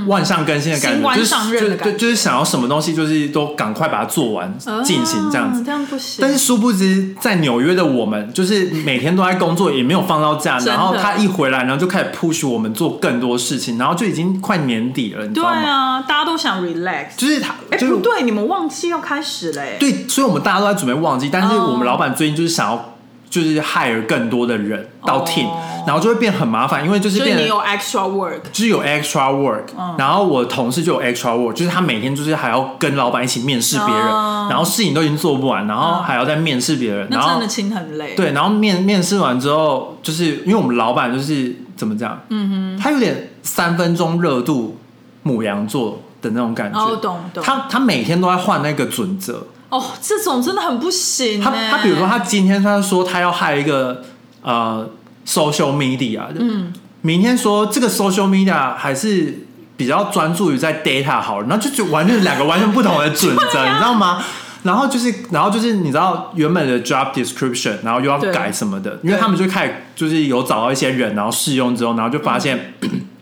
S1: 万象更新的感
S2: 新
S1: 觉，
S2: 官
S1: 就是
S2: 上任
S1: 就
S2: 的感觉
S1: 就就是想要什么东西，就是都赶快把它做完，进行这样子
S2: 啊。这样不行。
S1: 但是殊不知，在纽约的我们，就是每天都在工作，也没有放到假。
S2: 真的
S1: 然后他一回来，然后就开始 push 我们做更多事情，然后就已经快年底了，你知
S2: 对
S1: 道吗？
S2: 啊，大家都想 relax。
S1: 就是他，
S2: 哎，
S1: 就是
S2: 不对，你们忘记要开始嘞。
S1: 对，所以我们大家都在准备忘记，但是
S2: 哦
S1: 我们老板最近就是想要，就是 hire 更多的人到
S2: 哦
S1: team，、然后就会变很麻烦，因为就是
S2: 就是
S1: 变
S2: 你
S1: 得
S2: 有嗯 extra work，
S1: 就是有 extra work，、然后我同事就有 extra work，就是他每天就是还要跟老板一起面试别人，
S2: 哦嗯
S1: 然后事情都已经做不完，然后还要再面试别人，然
S2: 那
S1: 后
S2: 真的亲很累。，
S1: 对，然后面面试完之后，就是因为我们老板就是怎么讲，嗯哼，他有点三分钟热度母羊座的那种感觉，
S2: 哦懂懂
S1: 他他每天都在换那个准则，
S2: 哦，这种真的很不行欸。
S1: 他他比如说他今天他说他要害一个呃 social media，嗯，明天说这个 social media 还是。比较专注于在 data 好了，然后就就完全两个完全不同的准则，你知道吗？然后就是，然后就是，你知道原本的 job description，然后又要
S2: 对
S1: 改什么的，因为他们就开始就是有找到一些人，然后试用之后，然后就发现、 [clears throat]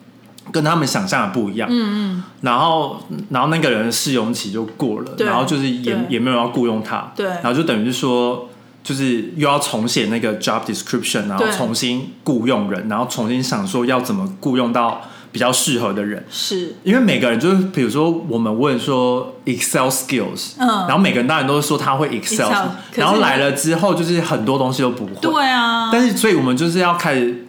S1: 跟他们想象的不一样，嗯嗯，然后然后那个人的试用期就过了，
S2: 对
S1: 然后就是也
S2: 对
S1: 也没有要雇佣他，
S2: 对
S1: 然后就等于是说。就是又要重写那个 job description，然后
S2: 对
S1: 重新雇佣人，然后重新想说要怎么雇佣到比较适合的人。
S2: 是
S1: 因为每个人就是，比如说我们问说 Excel skills，
S2: 嗯
S1: 然后每个人当然都是说他会 Excel，,
S2: Excel，可是
S1: 然后来了之后就是很多东西都不会。
S2: 对啊，
S1: 但是所以我们就是要开始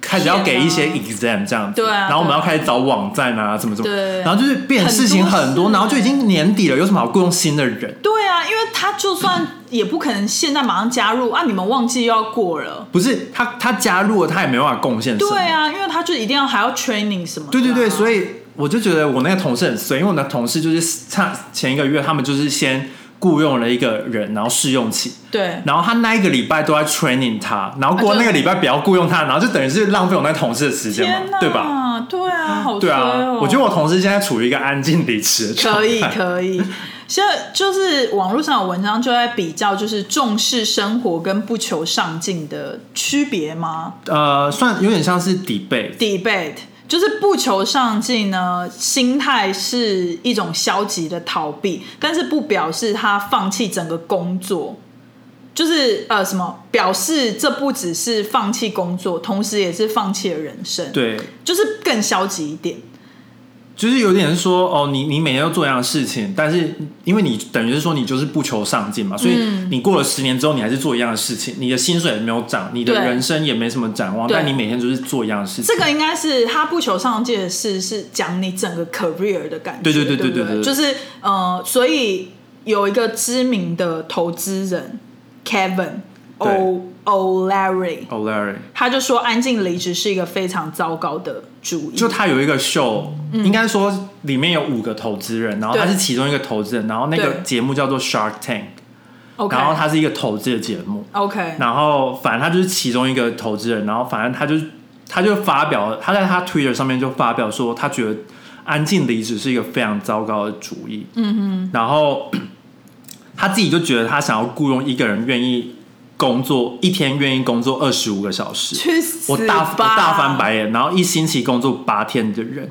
S1: 开始要给一些 exam 这样子，
S2: 对啊
S1: 然后我们
S2: 对啊
S1: 要开始找网站啊，怎么怎么，
S2: 对
S1: 然后就是变事情
S2: 很多
S1: 很多，
S2: 事啊
S1: 然后就已经年底了，有什么好雇佣新的人？
S2: 对啊，因为他就算也不可能现在马上加入啊，你们忘记又要过了。
S1: 不是他他加入了，他也没办法贡献什么。
S2: 对啊，因为他就一定要还要 training 什么的啊、
S1: 对对对，所
S2: 以
S1: 以我就觉得我那个同事很衰，因为我的同事就是上前一个月，他们就是先雇佣了一个人，然后试用期，
S2: 对
S1: 然后他那一个礼拜都在 training 他，然后
S2: 啊
S1: 过那个礼拜不要雇佣他，然后就等于是浪费我那个同事的时间
S2: 天
S1: 嘛，对吧？？
S2: 对啊，好衰
S1: 对
S2: 哦
S1: 啊，我觉得我同事现在处于一个安静离职的状态 [laughs]
S2: 可以可以。现在就是网络上有文章就在比较，就是重视生活跟不求上进的区别吗
S1: 呃，算有点像是 debate，
S2: ？Debate 就是不求上进呢，心态是一种消极的逃避，但是不表示他放弃整个工作。就是呃什么表示这不只是放弃工作，同时也是放弃了人生。
S1: 对，
S2: 就是更消极一点。
S1: 就是有点说哦，你你每天都做一样的事情，但是因为你等于是说你就是不求上进嘛，所以
S2: 嗯
S1: 你过了十年之后，你还是做一样的事情，你的薪水也没有涨，你的
S2: 对
S1: 人生也没什么展望，
S2: 对
S1: 但你每天就是做一样的事情。
S2: 这个应该是他不求上进的事，是讲你整个 career 的感觉。
S1: 对对对
S2: 对
S1: 对
S2: 不
S1: 对对对
S2: 就是呃，所以有一个知名的投资人 Kevin
S1: 对
S2: O O'Larry，
S1: 哦，Larry，
S2: 他就说安静离职是一个非常糟糕的主意。
S1: 就他有一个秀，应该说里面有五个投资人，然后他
S2: 对
S1: 是其中一个投资人，然后那个
S2: 对
S1: 节目叫做 Shark Tank，
S2: OK，
S1: 然后它是一个投资的节目，
S2: OK，
S1: 然后反正他就是其中一个投资人，然后反正他就他就发表他在他 Twitter 上面就发表说，他觉得安静离职是一个非常糟糕的主意。嗯嗯，然后他自己就觉得他想要雇佣一个人愿意工作一天愿意工作二十五个小时，
S2: 去死
S1: 我
S2: 吧！
S1: 大我大翻白眼，然后一星期工作八天的人。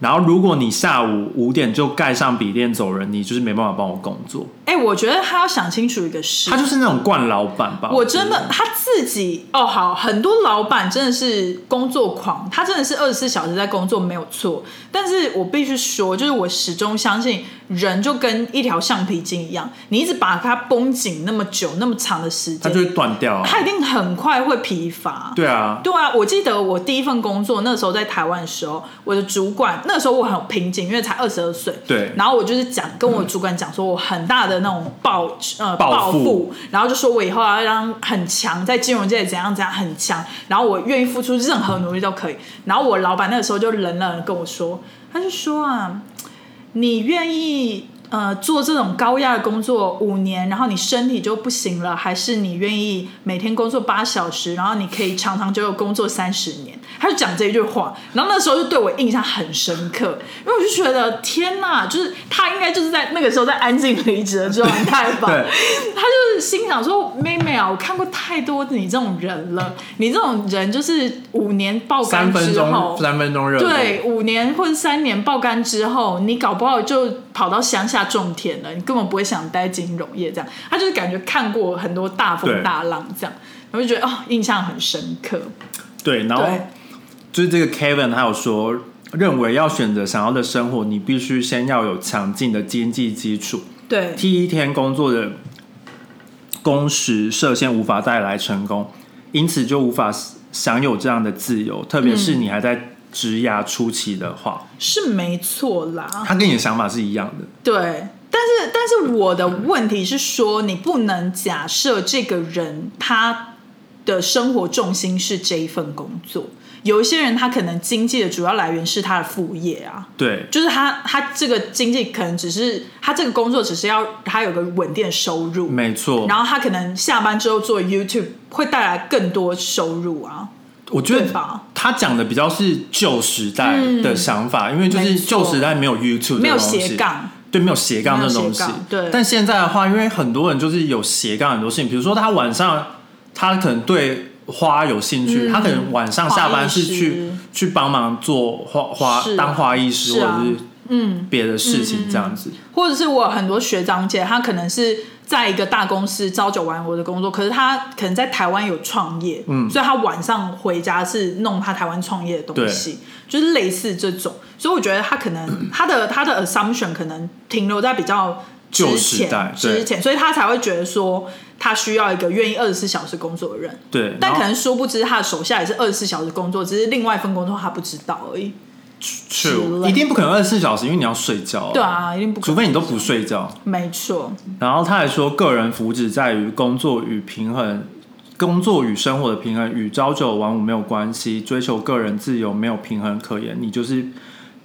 S1: 然后，如果你下午五点就盖上笔电走人，你就是没办法帮我工作。
S2: 哎、我觉得他要想清楚一个事，
S1: 他就是那种惯老板吧？
S2: 我
S1: 觉得
S2: 真的他自己哦，好，很多老板真的是工作狂，他真的是二十四小时在工作没有错。但是我必须说，就是我始终相信人就跟一条橡皮筋一样，你一直把它绷紧那么久、那么长的时
S1: 他
S2: 间
S1: 就，会断掉啊。
S2: 它一定很快会疲乏。
S1: 对啊，
S2: 对啊，我记得我第一份工作那时候在台湾的时候，我的主管那时候我很瓶颈，因为才二十二岁。
S1: 对
S2: 然后我就是讲跟我主管讲说，我很大的那种抱呃
S1: 抱负
S2: 负，然后就说我以后要让很强，在金融界怎样怎样很强，然后我愿意付出任何努力都可以。然后我老板那个时候就冷冷的跟我说，他就说啊，你愿意呃做这种高压的工作五年，然后你身体就不行了，还是你愿意每天工作八小时，然后你可以长长久久工作三十年？他就讲这一句话，然后那时候就对我印象很深刻，因为我就觉得天呐，就是他应该就是在那个时候在安静离职的状态吧。
S1: 对
S2: 他就是心想说：“妹妹啊，我看过太多你这种人了，你这种人就是五年爆
S1: 三
S2: 肝
S1: 分
S2: 之
S1: 钟
S2: 后，
S1: 三分钟热度，
S2: 对，五年或者三年爆肝之后，你搞不好就跑到乡下种田了，你根本不会想待金融业这样。他就是感觉看过很多大风
S1: 对
S2: 大浪这样，然后就觉得哦，印象很深刻。
S1: 对然后
S2: 对，
S1: 就是这个 Kevin 他有说，认为要选择想要的生活，你必须先要有强劲的经济基础，
S2: 对，
S1: 替一天工作的工时设限无法带来成功，因此就无法享有这样的自由，特别是你还在职涯初期的话，
S2: 是没错啦。
S1: 他跟你的想法是一样的。
S2: 对，但是但是我的问题是说，你不能假设这个人他的生活重心是这一份工作。有一些人他可能经济的主要来源是他的副业啊，
S1: 对，
S2: 就是他他这个经济可能只是他这个工作只是要他有个稳定的收入，
S1: 没错。
S2: 然后他可能下班之后做 YouTube 会带来更多收入啊。
S1: 我觉得
S2: 对吧
S1: 他讲的比较是旧时代的想法，因为就
S2: 嗯没
S1: 是
S2: 错
S1: 旧时代没有 YouTube，
S2: 没有
S1: 这种东西
S2: 斜杠，
S1: 对，没有斜杠
S2: 没
S1: 这
S2: 有
S1: 种东
S2: 斜
S1: 西
S2: 杠。对
S1: 但现在的话，因为很多人就是有斜杠很多事情，比如说他晚上他可能对花有兴趣，
S2: 嗯
S1: 他可能晚上下班是
S2: 花艺师
S1: 去去帮忙做花花
S2: 是啊
S1: 当花艺师、
S2: 是啊
S1: 或者是
S2: 嗯，
S1: 别的事情这样子。
S2: 或者是我有很多学长姐，他可能是在一个大公司朝九晚五的工作，可是他可能在台湾有创业，嗯，所以他晚上回家是弄他台湾创业的东西，就是类似这种。所以我觉得他可能他的他的 assumption 可能停留在比较之
S1: 旧时代
S2: 前
S1: 对
S2: 之前，所以他才会觉得说他需要一个愿意二十四小时工作的人。
S1: 对，
S2: 嗯但
S1: 然后
S2: 可能殊不知，他的手下也是二十四小时工作，只是另外一份工作他不知道而已。
S1: 哦 true
S2: 类
S1: 一定不可能二十四小时，因为你要睡觉、
S2: 对，啊，一定不可
S1: 除
S2: 能。
S1: 非你都不睡觉。
S2: 没错，
S1: 然后他还说，个人福祉在于工作与平衡，工作与生活的平衡与朝九晚五没有关系，追求个人自由没有平衡可言，你就是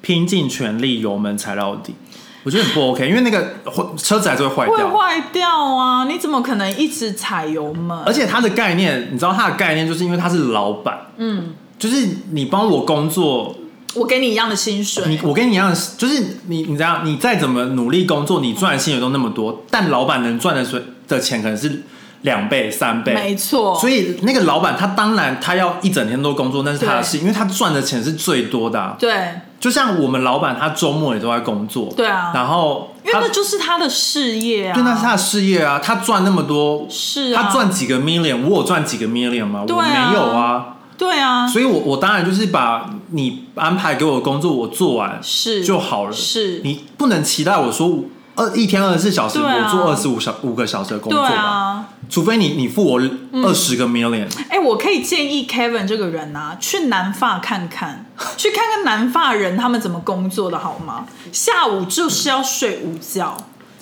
S1: 拼尽全力油门踩到底。我觉得很不 OK，因为那个车子还是会坏
S2: 会
S1: 掉。
S2: 坏掉啊！你怎么可能一直踩油门？
S1: 而且他的概念，你知道他的概念，就是因为他是老板，
S2: 嗯，
S1: 就是你帮我工作，
S2: 我给你一样的薪水，
S1: 你我跟你一样，就是你你知道，你再怎么努力工作，你赚的薪水都那么多，但老板能赚的水的钱可能是两倍、三倍，
S2: 没错，
S1: 所
S2: 以
S1: 以那个老板他当然他要一整天都工作，那是他的事，
S2: 对
S1: 因为他赚的钱是最多的、啊。
S2: 对，
S1: 就像我们老板，他周末也都在工作，
S2: 对啊
S1: 然后
S2: 因为
S1: 他
S2: 那就是他的事业啊，
S1: 对那是他的事业啊，他赚那么多，
S2: 是啊，
S1: 他赚几个 million，我有赚几个 million 吗？
S2: 对
S1: 我
S2: 啊
S1: 没有啊，
S2: 对啊，
S1: 所以我我当然就是把你安排给我的工作我做完
S2: 是
S1: 就好了。
S2: 是，
S1: 你不能期待我说二一天二十四小时
S2: 对啊
S1: 我做二十五小五个小时的工
S2: 对
S1: 作吧，
S2: 啊。
S1: 除非你你付我二十个 million，
S2: 哎、我可以建议 Kevin 这个人啊，去南法
S1: [laughs]
S2: 看看，去看看南法人他们怎么工作的好吗？下午就是要睡午觉，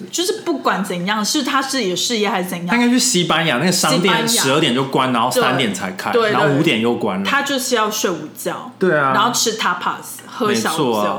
S2: 就是不管怎样，是他自己的事业还是怎
S1: 他应
S2: 样，
S1: 该去西班牙那个商
S2: 西班牙
S1: 店十二点就关，然后三点才开，
S2: 对对
S1: 然后五点又关了。
S2: 他就是要睡午觉，
S1: 对啊
S2: 然后吃 tapas，喝
S1: 没
S2: 小
S1: 错
S2: 酒，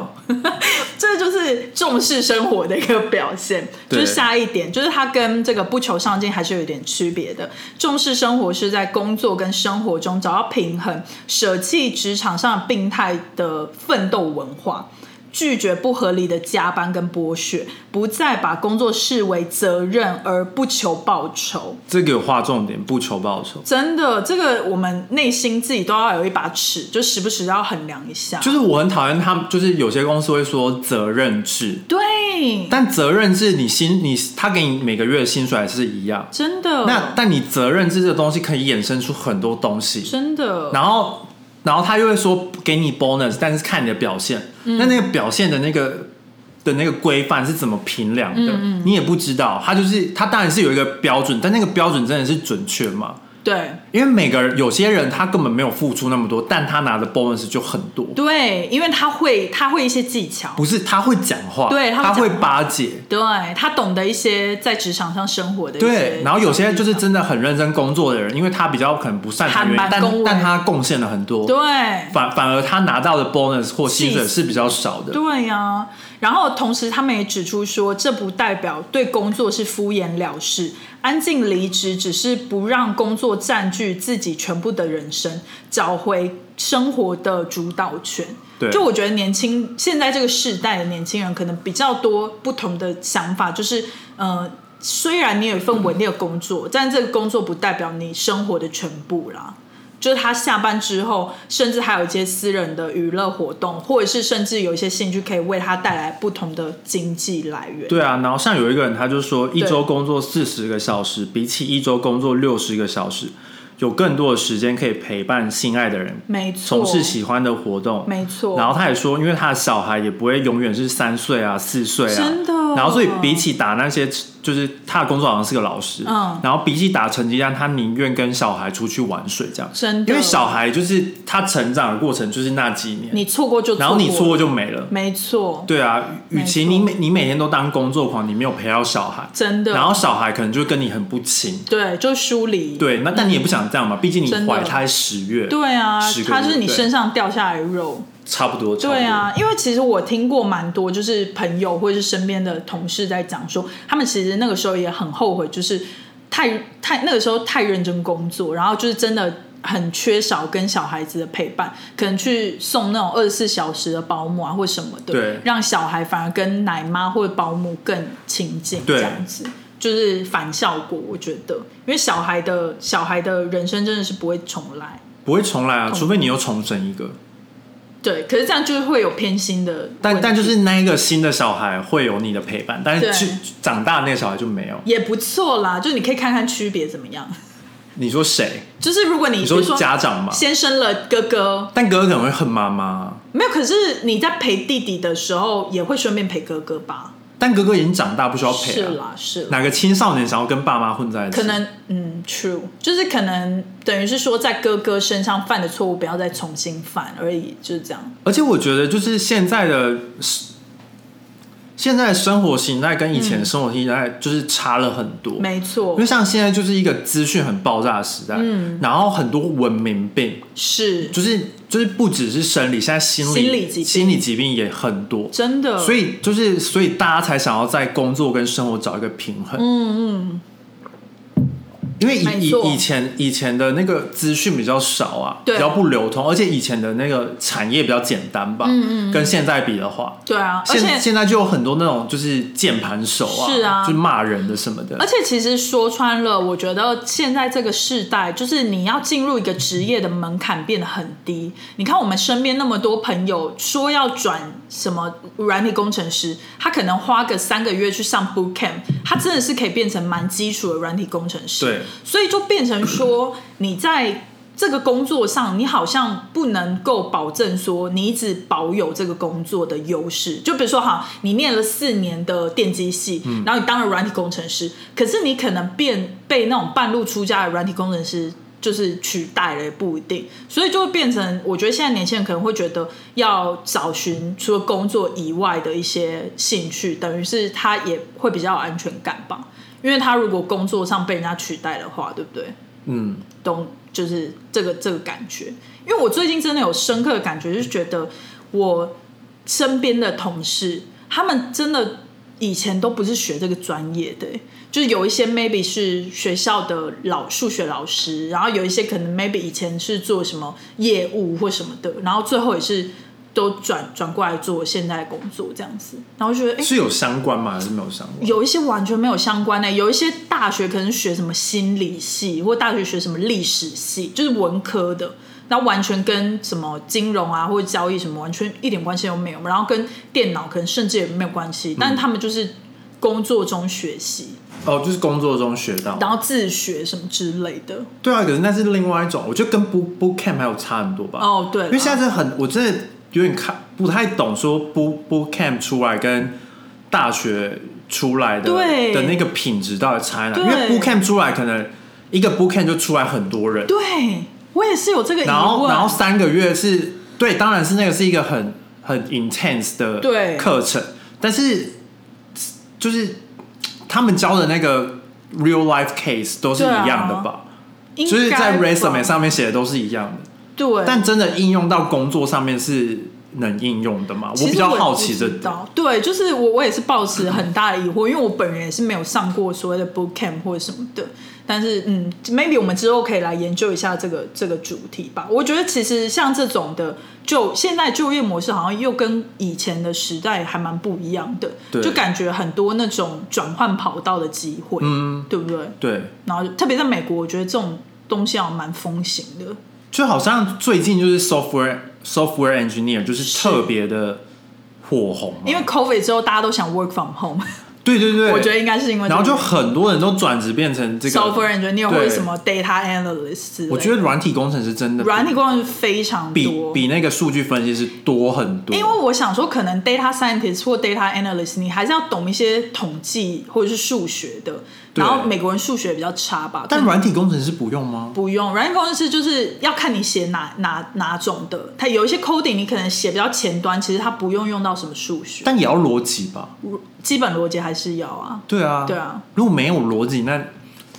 S1: 啊
S2: [laughs] 这就是重视生活的一个表现。就
S1: [laughs] 对
S2: 是下一点，就是他跟这个不求上进还是有一点区别的。重视生活是在工作跟生活中找到平衡，舍弃职场上的病态的奋斗文化。拒绝不合理的加班跟剥削，不再把工作视为责任而不求报酬。
S1: 这个有划重点，不求报酬。
S2: 真的，这个我们内心自己都要有一把尺，就时不时要衡量一下。
S1: 就是我很讨厌他们，就是有些公司会说责任制，
S2: 对，
S1: 但责任制你薪你他给你每个月的薪水还是一样。
S2: 真的，
S1: 那但你责任制这个东西可以衍生出很多东西，
S2: 真的，
S1: 然后然后他又会说给你 bonus，但是看你的表现，
S2: 嗯
S1: 那那个表现的那个的那个规范是怎么评量
S2: 嗯
S1: 的，你也不知道。他就是他当然是有一个标准，但那个标准真的是准确吗？
S2: 对
S1: 因为每个人有些人他根本没有付出那么多，但他拿的 bonus 就很多。
S2: 对，因为他会，他会一些技巧，
S1: 不是他会讲话，
S2: 对他会
S1: 他会
S2: 讲话
S1: 巴结，
S2: 对他懂得一些在职场上生活的一些
S1: 对，然后有些就是
S2: 技巧
S1: 真的很认真工作的人，因为他比较可能不擅长原因
S2: 坦白恭维
S1: 但但他贡献了很多，
S2: 对
S1: 反反而他拿到的 bonus 或薪水是比较少的，
S2: 对呀、然后同时他们也指出说，这不代表对工作是敷衍了事，安静离职只是不让工作占据自己全部的人生，找回生活的主导权。
S1: 对
S2: 就我觉得年轻现在这个世代的年轻人，可能比较多不同的想法，就是呃。虽然你有一份稳定的工作，但这个工作不代表你生活的全部啦。就是他下班之后，甚至还有一些私人的娱乐活动，或者是甚至有一些兴趣可以为他带来不同的经济来源。
S1: 对啊，然后像有一个人他就说，一周工作四十个小时，比起一周工作六十个小时，有更多的时间可以陪伴心爱的人，
S2: 没错，
S1: 从事喜欢的活动，
S2: 没错。
S1: 然后他也说，因为他的小孩也不会永远是三岁啊、四岁啊，
S2: 真的
S1: 然后所以比起打那些，就是他的工作好像是个老师，
S2: 嗯
S1: 然后比起打成绩单，他宁愿跟小孩出去玩水这样，
S2: 真的，
S1: 因为小孩就是他成长的过程就是那几年，
S2: 你错过就
S1: 然后你错
S2: 错
S1: 过
S2: 过，
S1: 就没了。
S2: 没错，
S1: 对啊，与
S2: 没
S1: 与其
S2: 错
S1: 你每你每天都当工作狂，你没有陪到小孩，
S2: 真的。
S1: 然后小孩可能就跟你很不亲。
S2: 对，就疏离。
S1: 对，那但你也不想这样嘛，毕竟你
S2: 真的
S1: 怀胎十月，
S2: 对啊
S1: 十，个
S2: 他是
S1: 月
S2: 你
S1: 对
S2: 身上掉下来的肉。
S1: 差不多，差不
S2: 对
S1: 多，
S2: 啊，因为其实我听过蛮多，就是朋友或者是身边的同事在讲说，他们其实那个时候也很后悔，就是太太那个时候太认真工作，然后就是真的很缺少跟小孩子的陪伴，可能去送那种二十四小时的保姆啊或什么的，
S1: 对
S2: 让小孩反而跟奶妈或者保姆更亲近，
S1: 对
S2: 这样子。就是反效果，我觉得，因为小孩的小孩的人生真的是不会重来，
S1: 不会重来啊，
S2: 同
S1: 除非你又重生一个。
S2: 对。可是这样就是会有偏心的问题，
S1: 但但就是那一个新的小孩会有你的陪伴，但
S2: 对
S1: 是去长大那个小孩就没有。
S2: 也不错啦，就你可以看看区别怎么样。 [laughs]
S1: 你说谁？
S2: 就是如果你
S1: 你
S2: 比
S1: 说
S2: 如说
S1: 家长嘛？
S2: 先生了哥哥，
S1: 但哥哥可能会恨妈啊妈，
S2: 没有，可是你在陪弟弟的时候也会顺便陪哥哥吧？
S1: 但哥哥已经长大，不需要哦陪啊
S2: 是
S1: 了、
S2: 啦，是啦。
S1: 哪个青少年想要跟爸妈混在一起？
S2: 可能嗯，true，就是可能等于是说，在哥哥身上犯的错误不要再重新犯而已，就是这样。
S1: 而且我觉得，就是现在的现在的生活形态跟以前的生活形态就是差了很多。
S2: 没错
S1: 因为，像现在就是一个资讯很爆炸的时代，嗯，然后很多文明病，
S2: 是
S1: 就是就是不只是生理，现在心理
S2: 心理疾病
S1: 心理疾病也很多，
S2: 真的。
S1: 所以就是，所以大家才想要在工作跟生活找一个平衡。嗯嗯。因为
S2: 没
S1: 以
S2: 错
S1: 以以前以前的那个资讯比较少啊，
S2: 对
S1: 比较不流通，而且以前的那个产业比较简单吧，嗯嗯跟现在比的话，
S2: 对啊，而且
S1: 现现在就有很多那种就是键盘手啊，
S2: 是啊
S1: 就骂人的什么的
S2: 而，且其实说穿了，我觉得现在这个世代，就是你要进入一个职业的门槛变得很低。你看我们身边那么多朋友说要转什么软体工程师，他可能花个三个月去上 boot camp，他真的是可以变成蛮基础的软体工程师。
S1: 对，
S2: 所以就变成说你在这个工作上，你好像不能够保证说你一直保有这个工作的优势。就比如说哈，你念了四年的电机系，然后你当了软体工程师，可是你可能变被那种半路出家的软体工程师。就是取代了也不一定，所以就会变成，我觉得现在年轻人可能会觉得要找寻除了工作以外的一些兴趣，等于是他也会比较有安全感吧，因为他如果工作上被人家取代的话，对不对？
S1: 嗯，
S2: 懂，就是这个这个感觉。因为我最近真的有深刻的感觉，就是觉得我身边的同事，他们真的以前都不是学这个专业的欸、就是有一些 maybe 是学校的老数学老师，然后有一些可能 maybe 以前是做什么业务或什么的，然后最后也是都转转过来做现在的工作这样子，然后就觉得哎、诶
S1: 是有相关吗？还是没有相关？
S2: 有一些完全没有相关的、有一些大学可能学什么心理系，或大学学什么历史系，就是文科的，那完全跟什么金融啊或者交易什么完全一点关系都没有，然后跟电脑可能甚至也没有关
S1: 嗯
S2: 系，但是他们就是工作中学习，
S1: 哦，就是工作中学到。
S2: 然后自学什么之类的。
S1: 对啊，可是那是另外一种，我觉得跟 boot boot camp 还有差很多吧。
S2: 哦，对啦，
S1: 因为现在真的很，我真的有点看不太懂，说 boot boot camp 出来跟大学出来的
S2: 对
S1: 的那个品质到底差在哪？
S2: 对
S1: 因为 boot camp 出来可能一个 boot camp 就出来很多人，
S2: 对我也是有这个疑问，
S1: 然后然后三个月是对，当然是那个是一个很很 intense 的
S2: 对
S1: 课程，但是就是他们教的那个 real life case 都是
S2: 对啊
S1: 一样的吧？
S2: 应
S1: 就是在
S2: 该吧
S1: resume 上面写的都是一样的，
S2: 对，
S1: 但真的应用到工作上面是能应用的吗？
S2: 其实
S1: 比较
S2: 也
S1: 好
S2: 不
S1: 奇
S2: 知
S1: 这
S2: 道，对，就是我我也是抱持很大的疑惑，因为我本人也是没有上过所谓的 boot camp 或者什么的。但是，嗯，maybe 我们之后可以来研究一下这个这个主题吧。我觉得其实像这种的，就现在就业模式好像又跟以前的时代还蛮不一样的，
S1: 对
S2: 就感觉很多那种转换跑道的机会，
S1: 嗯，
S2: 对不对？
S1: 对，
S2: 然后特别在美国，我觉得这种东西好像蛮风行的，
S1: 就好像最近就是 software software engineer 就是特别的火红嘛，
S2: 因为 COVID 之后大家都想 work from home，
S1: 对对对，
S2: 我觉得应该是因为这
S1: 然后
S2: 个
S1: 就很多人都转职变成这个
S2: software engineer 或
S1: 对
S2: 者什么 data analyst 之类的
S1: 我觉得软体工程师真的比
S2: 软体工程师非常
S1: 比
S2: 多。
S1: 比那个数据分析师多很多，
S2: 因为我想说，可能 data scientist 或 data analyst，你还是要懂一些统计或者是数学的。
S1: 对
S2: 然后美国人数学比较差吧，
S1: 但
S2: 可能
S1: 软体工程师不用吗？
S2: 不用软体工程师就是要看你写哪哪哪种的。它有一些 coding 你可能写比较前端，其实它不用用到什么数学，
S1: 但也要逻辑吧？
S2: 基本逻辑还是要啊。
S1: 对啊，
S2: 对啊，
S1: 如果没有逻辑，那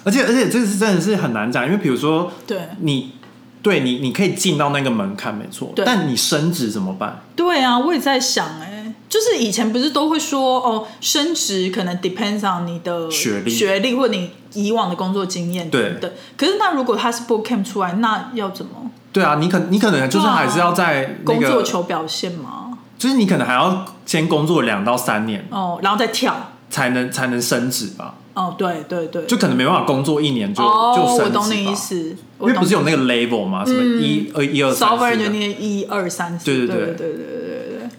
S1: 而且而且这是真的是很难讲，因为比如说
S2: 对
S1: 你对你你可以进到那个门槛没错，
S2: 对
S1: 但你升职怎么办？
S2: 对啊，我也在想哎、就是以前不是都会说哦，升职可能 depends on 你的
S1: 学历
S2: 学历或你以往的工作经验
S1: 对
S2: 等等。可是那如果他是 boot camp 出来，那要怎么？
S1: 对啊，你可你可能就是
S2: 对啊
S1: 还是要在那
S2: 工
S1: 个，
S2: 作求表现吗？
S1: 就是你可能还要先工作两到三年
S2: 哦，然后再跳。
S1: 才能才能升职吧，
S2: 哦，对对对，
S1: 就可能没办法工作一年就、
S2: 哦，
S1: 就升职吧
S2: 我懂你意，思，
S1: 因
S2: 我
S1: 为
S2: 懂
S1: 不是有那个 level 嘛，什么一二一二三
S2: software
S1: 四
S2: e
S1: 的，
S2: n 一二三四，
S1: 对对
S2: 对
S1: 对
S2: 对对对对对。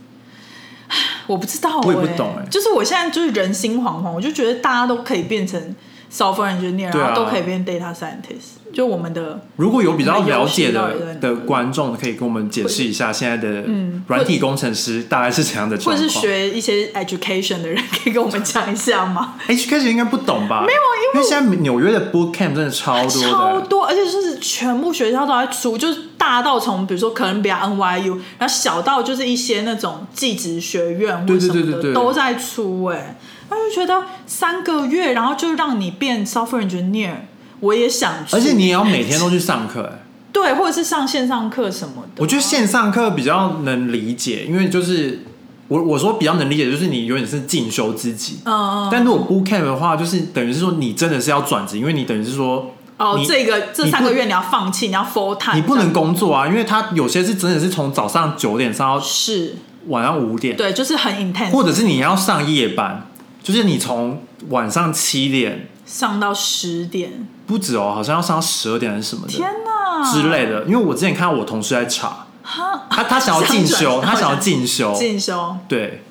S2: 我不知道、欸，
S1: 我也不懂欸
S2: 就是我现在就是人心惶惶，我就觉得大家都可以变成 software engineer，、
S1: 对啊
S2: 然后都可以变 data scientist，就我们的
S1: 如果有比较了解
S2: 我们有
S1: 的
S2: 学到
S1: 的
S2: 的
S1: 观众，可以跟我们解释一下现在的软体工程师大概是怎样的
S2: 嗯或
S1: 状
S2: 者是
S1: 况。
S2: 学一些 education 的人，可以跟我们讲一下吗？
S1: H K 应该不懂吧？没有，因为现在纽约的 boot camp 真的超多的，
S2: 超多，而且就是全部学校都在出，就是大到从比如说哥伦比亚 NYU，然后小到就是一些那种技职学院
S1: 对对
S2: 或什么的
S1: 对对对
S2: 都在出哎、然后就觉得三个月，然后就让你变 software engineer，我也想去，
S1: 而且你也要每天都去上课、哎，
S2: 对，啊或者是上线上课什么的，
S1: 我觉得线上课比较能理解，因为就是我我说比较能理解，就是你有点是进修自己。
S2: 嗯嗯
S1: 但如果 boot camp 的话，就是等于是说你真的是要转职，因为你等于是说
S2: 哦
S1: 你，
S2: 这个这
S1: 你
S2: 三
S1: 不
S2: 个月你要放弃，你要 full time，
S1: 你不
S2: 这
S1: 能
S2: 样
S1: 工作啊，因为他有些是真的是从早上九点上到
S2: 是，
S1: 晚上五点，
S2: 对，就是很 intense，
S1: 或者是你要上夜班，就是你从晚上七点
S2: 上到十点，
S1: 不止哦，好像要上到十二点还是什么的。
S2: 天哪
S1: 之类的。因为我之前看到我同事在查，
S2: 嗯哈，
S1: 他他想要进修，
S2: [laughs] 想转
S1: 他想要进修，
S2: 进修。
S1: 对，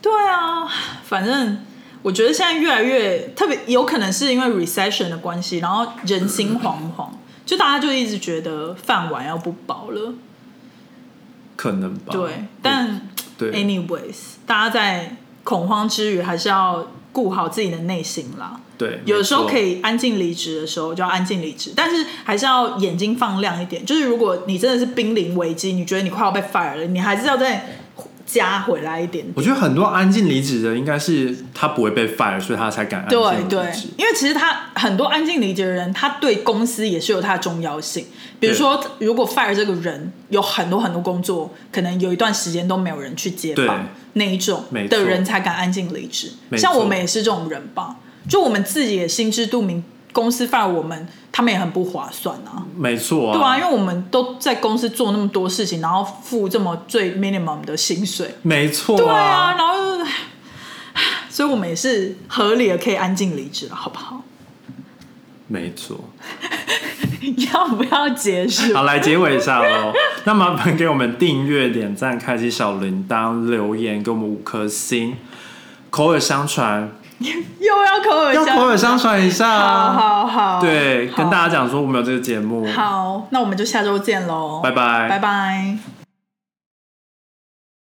S2: 对啊，反正我觉得现在越来越特别，有可能是因为 recession 的关系，然后人心惶惶，就大家就一直觉得饭碗要不保了，
S1: 可能吧。
S2: 对，但
S1: 哦
S2: 哎
S1: 对
S2: anyways，大家在恐慌之余还是要顾好自己的内心啦。
S1: 对，
S2: 有的时候
S1: 没错
S2: 可以安静离职的时候就要安静离职，但是还是要眼睛放亮一点。就是如果你真的是濒临危机，你觉得你快要被 fire 了，你还是要再加回来一点点
S1: 我觉得很多安静离职的，应该是他不会被 fire，所以他才敢安
S2: 对
S1: 静
S2: 对
S1: 离职，。
S2: 因为其实他很多安静离职的人，他对公司也是有他的重要性。比如说，如果 fire 这个人有很多很多工作，可能有一段时间都没有人去接
S1: 对
S2: 棒，那一种
S1: 没错
S2: 的人才敢安静离职。
S1: 没
S2: 像
S1: 错
S2: 我们也是这种人吧，就我们自己也心知肚明，公司 fire 我们，他们也很不划算啊。
S1: 没错
S2: 对啊，因为我们都在公司做那么多事情，然后付这么最 minimum 的薪水，
S1: 没错、
S2: 对啊，，然后又，唉所以我们也是合理的可以安静离职了，好不好？ [laughs]
S1: 没错。
S2: 要不要结束？
S1: 好，来结尾一下
S2: [laughs]
S1: 喽。那麻烦给我们订阅、点赞、开启小铃铛、留言，给我们五颗星。口耳相传，
S2: 又要口耳
S1: 要
S2: 相
S1: 口耳相传一下
S2: 好
S1: 啊。
S2: 好好，
S1: 对，
S2: 好
S1: 跟大家讲说我们有这个节目。
S2: 好，那我们就下周见喽，
S1: 拜拜
S2: 拜拜。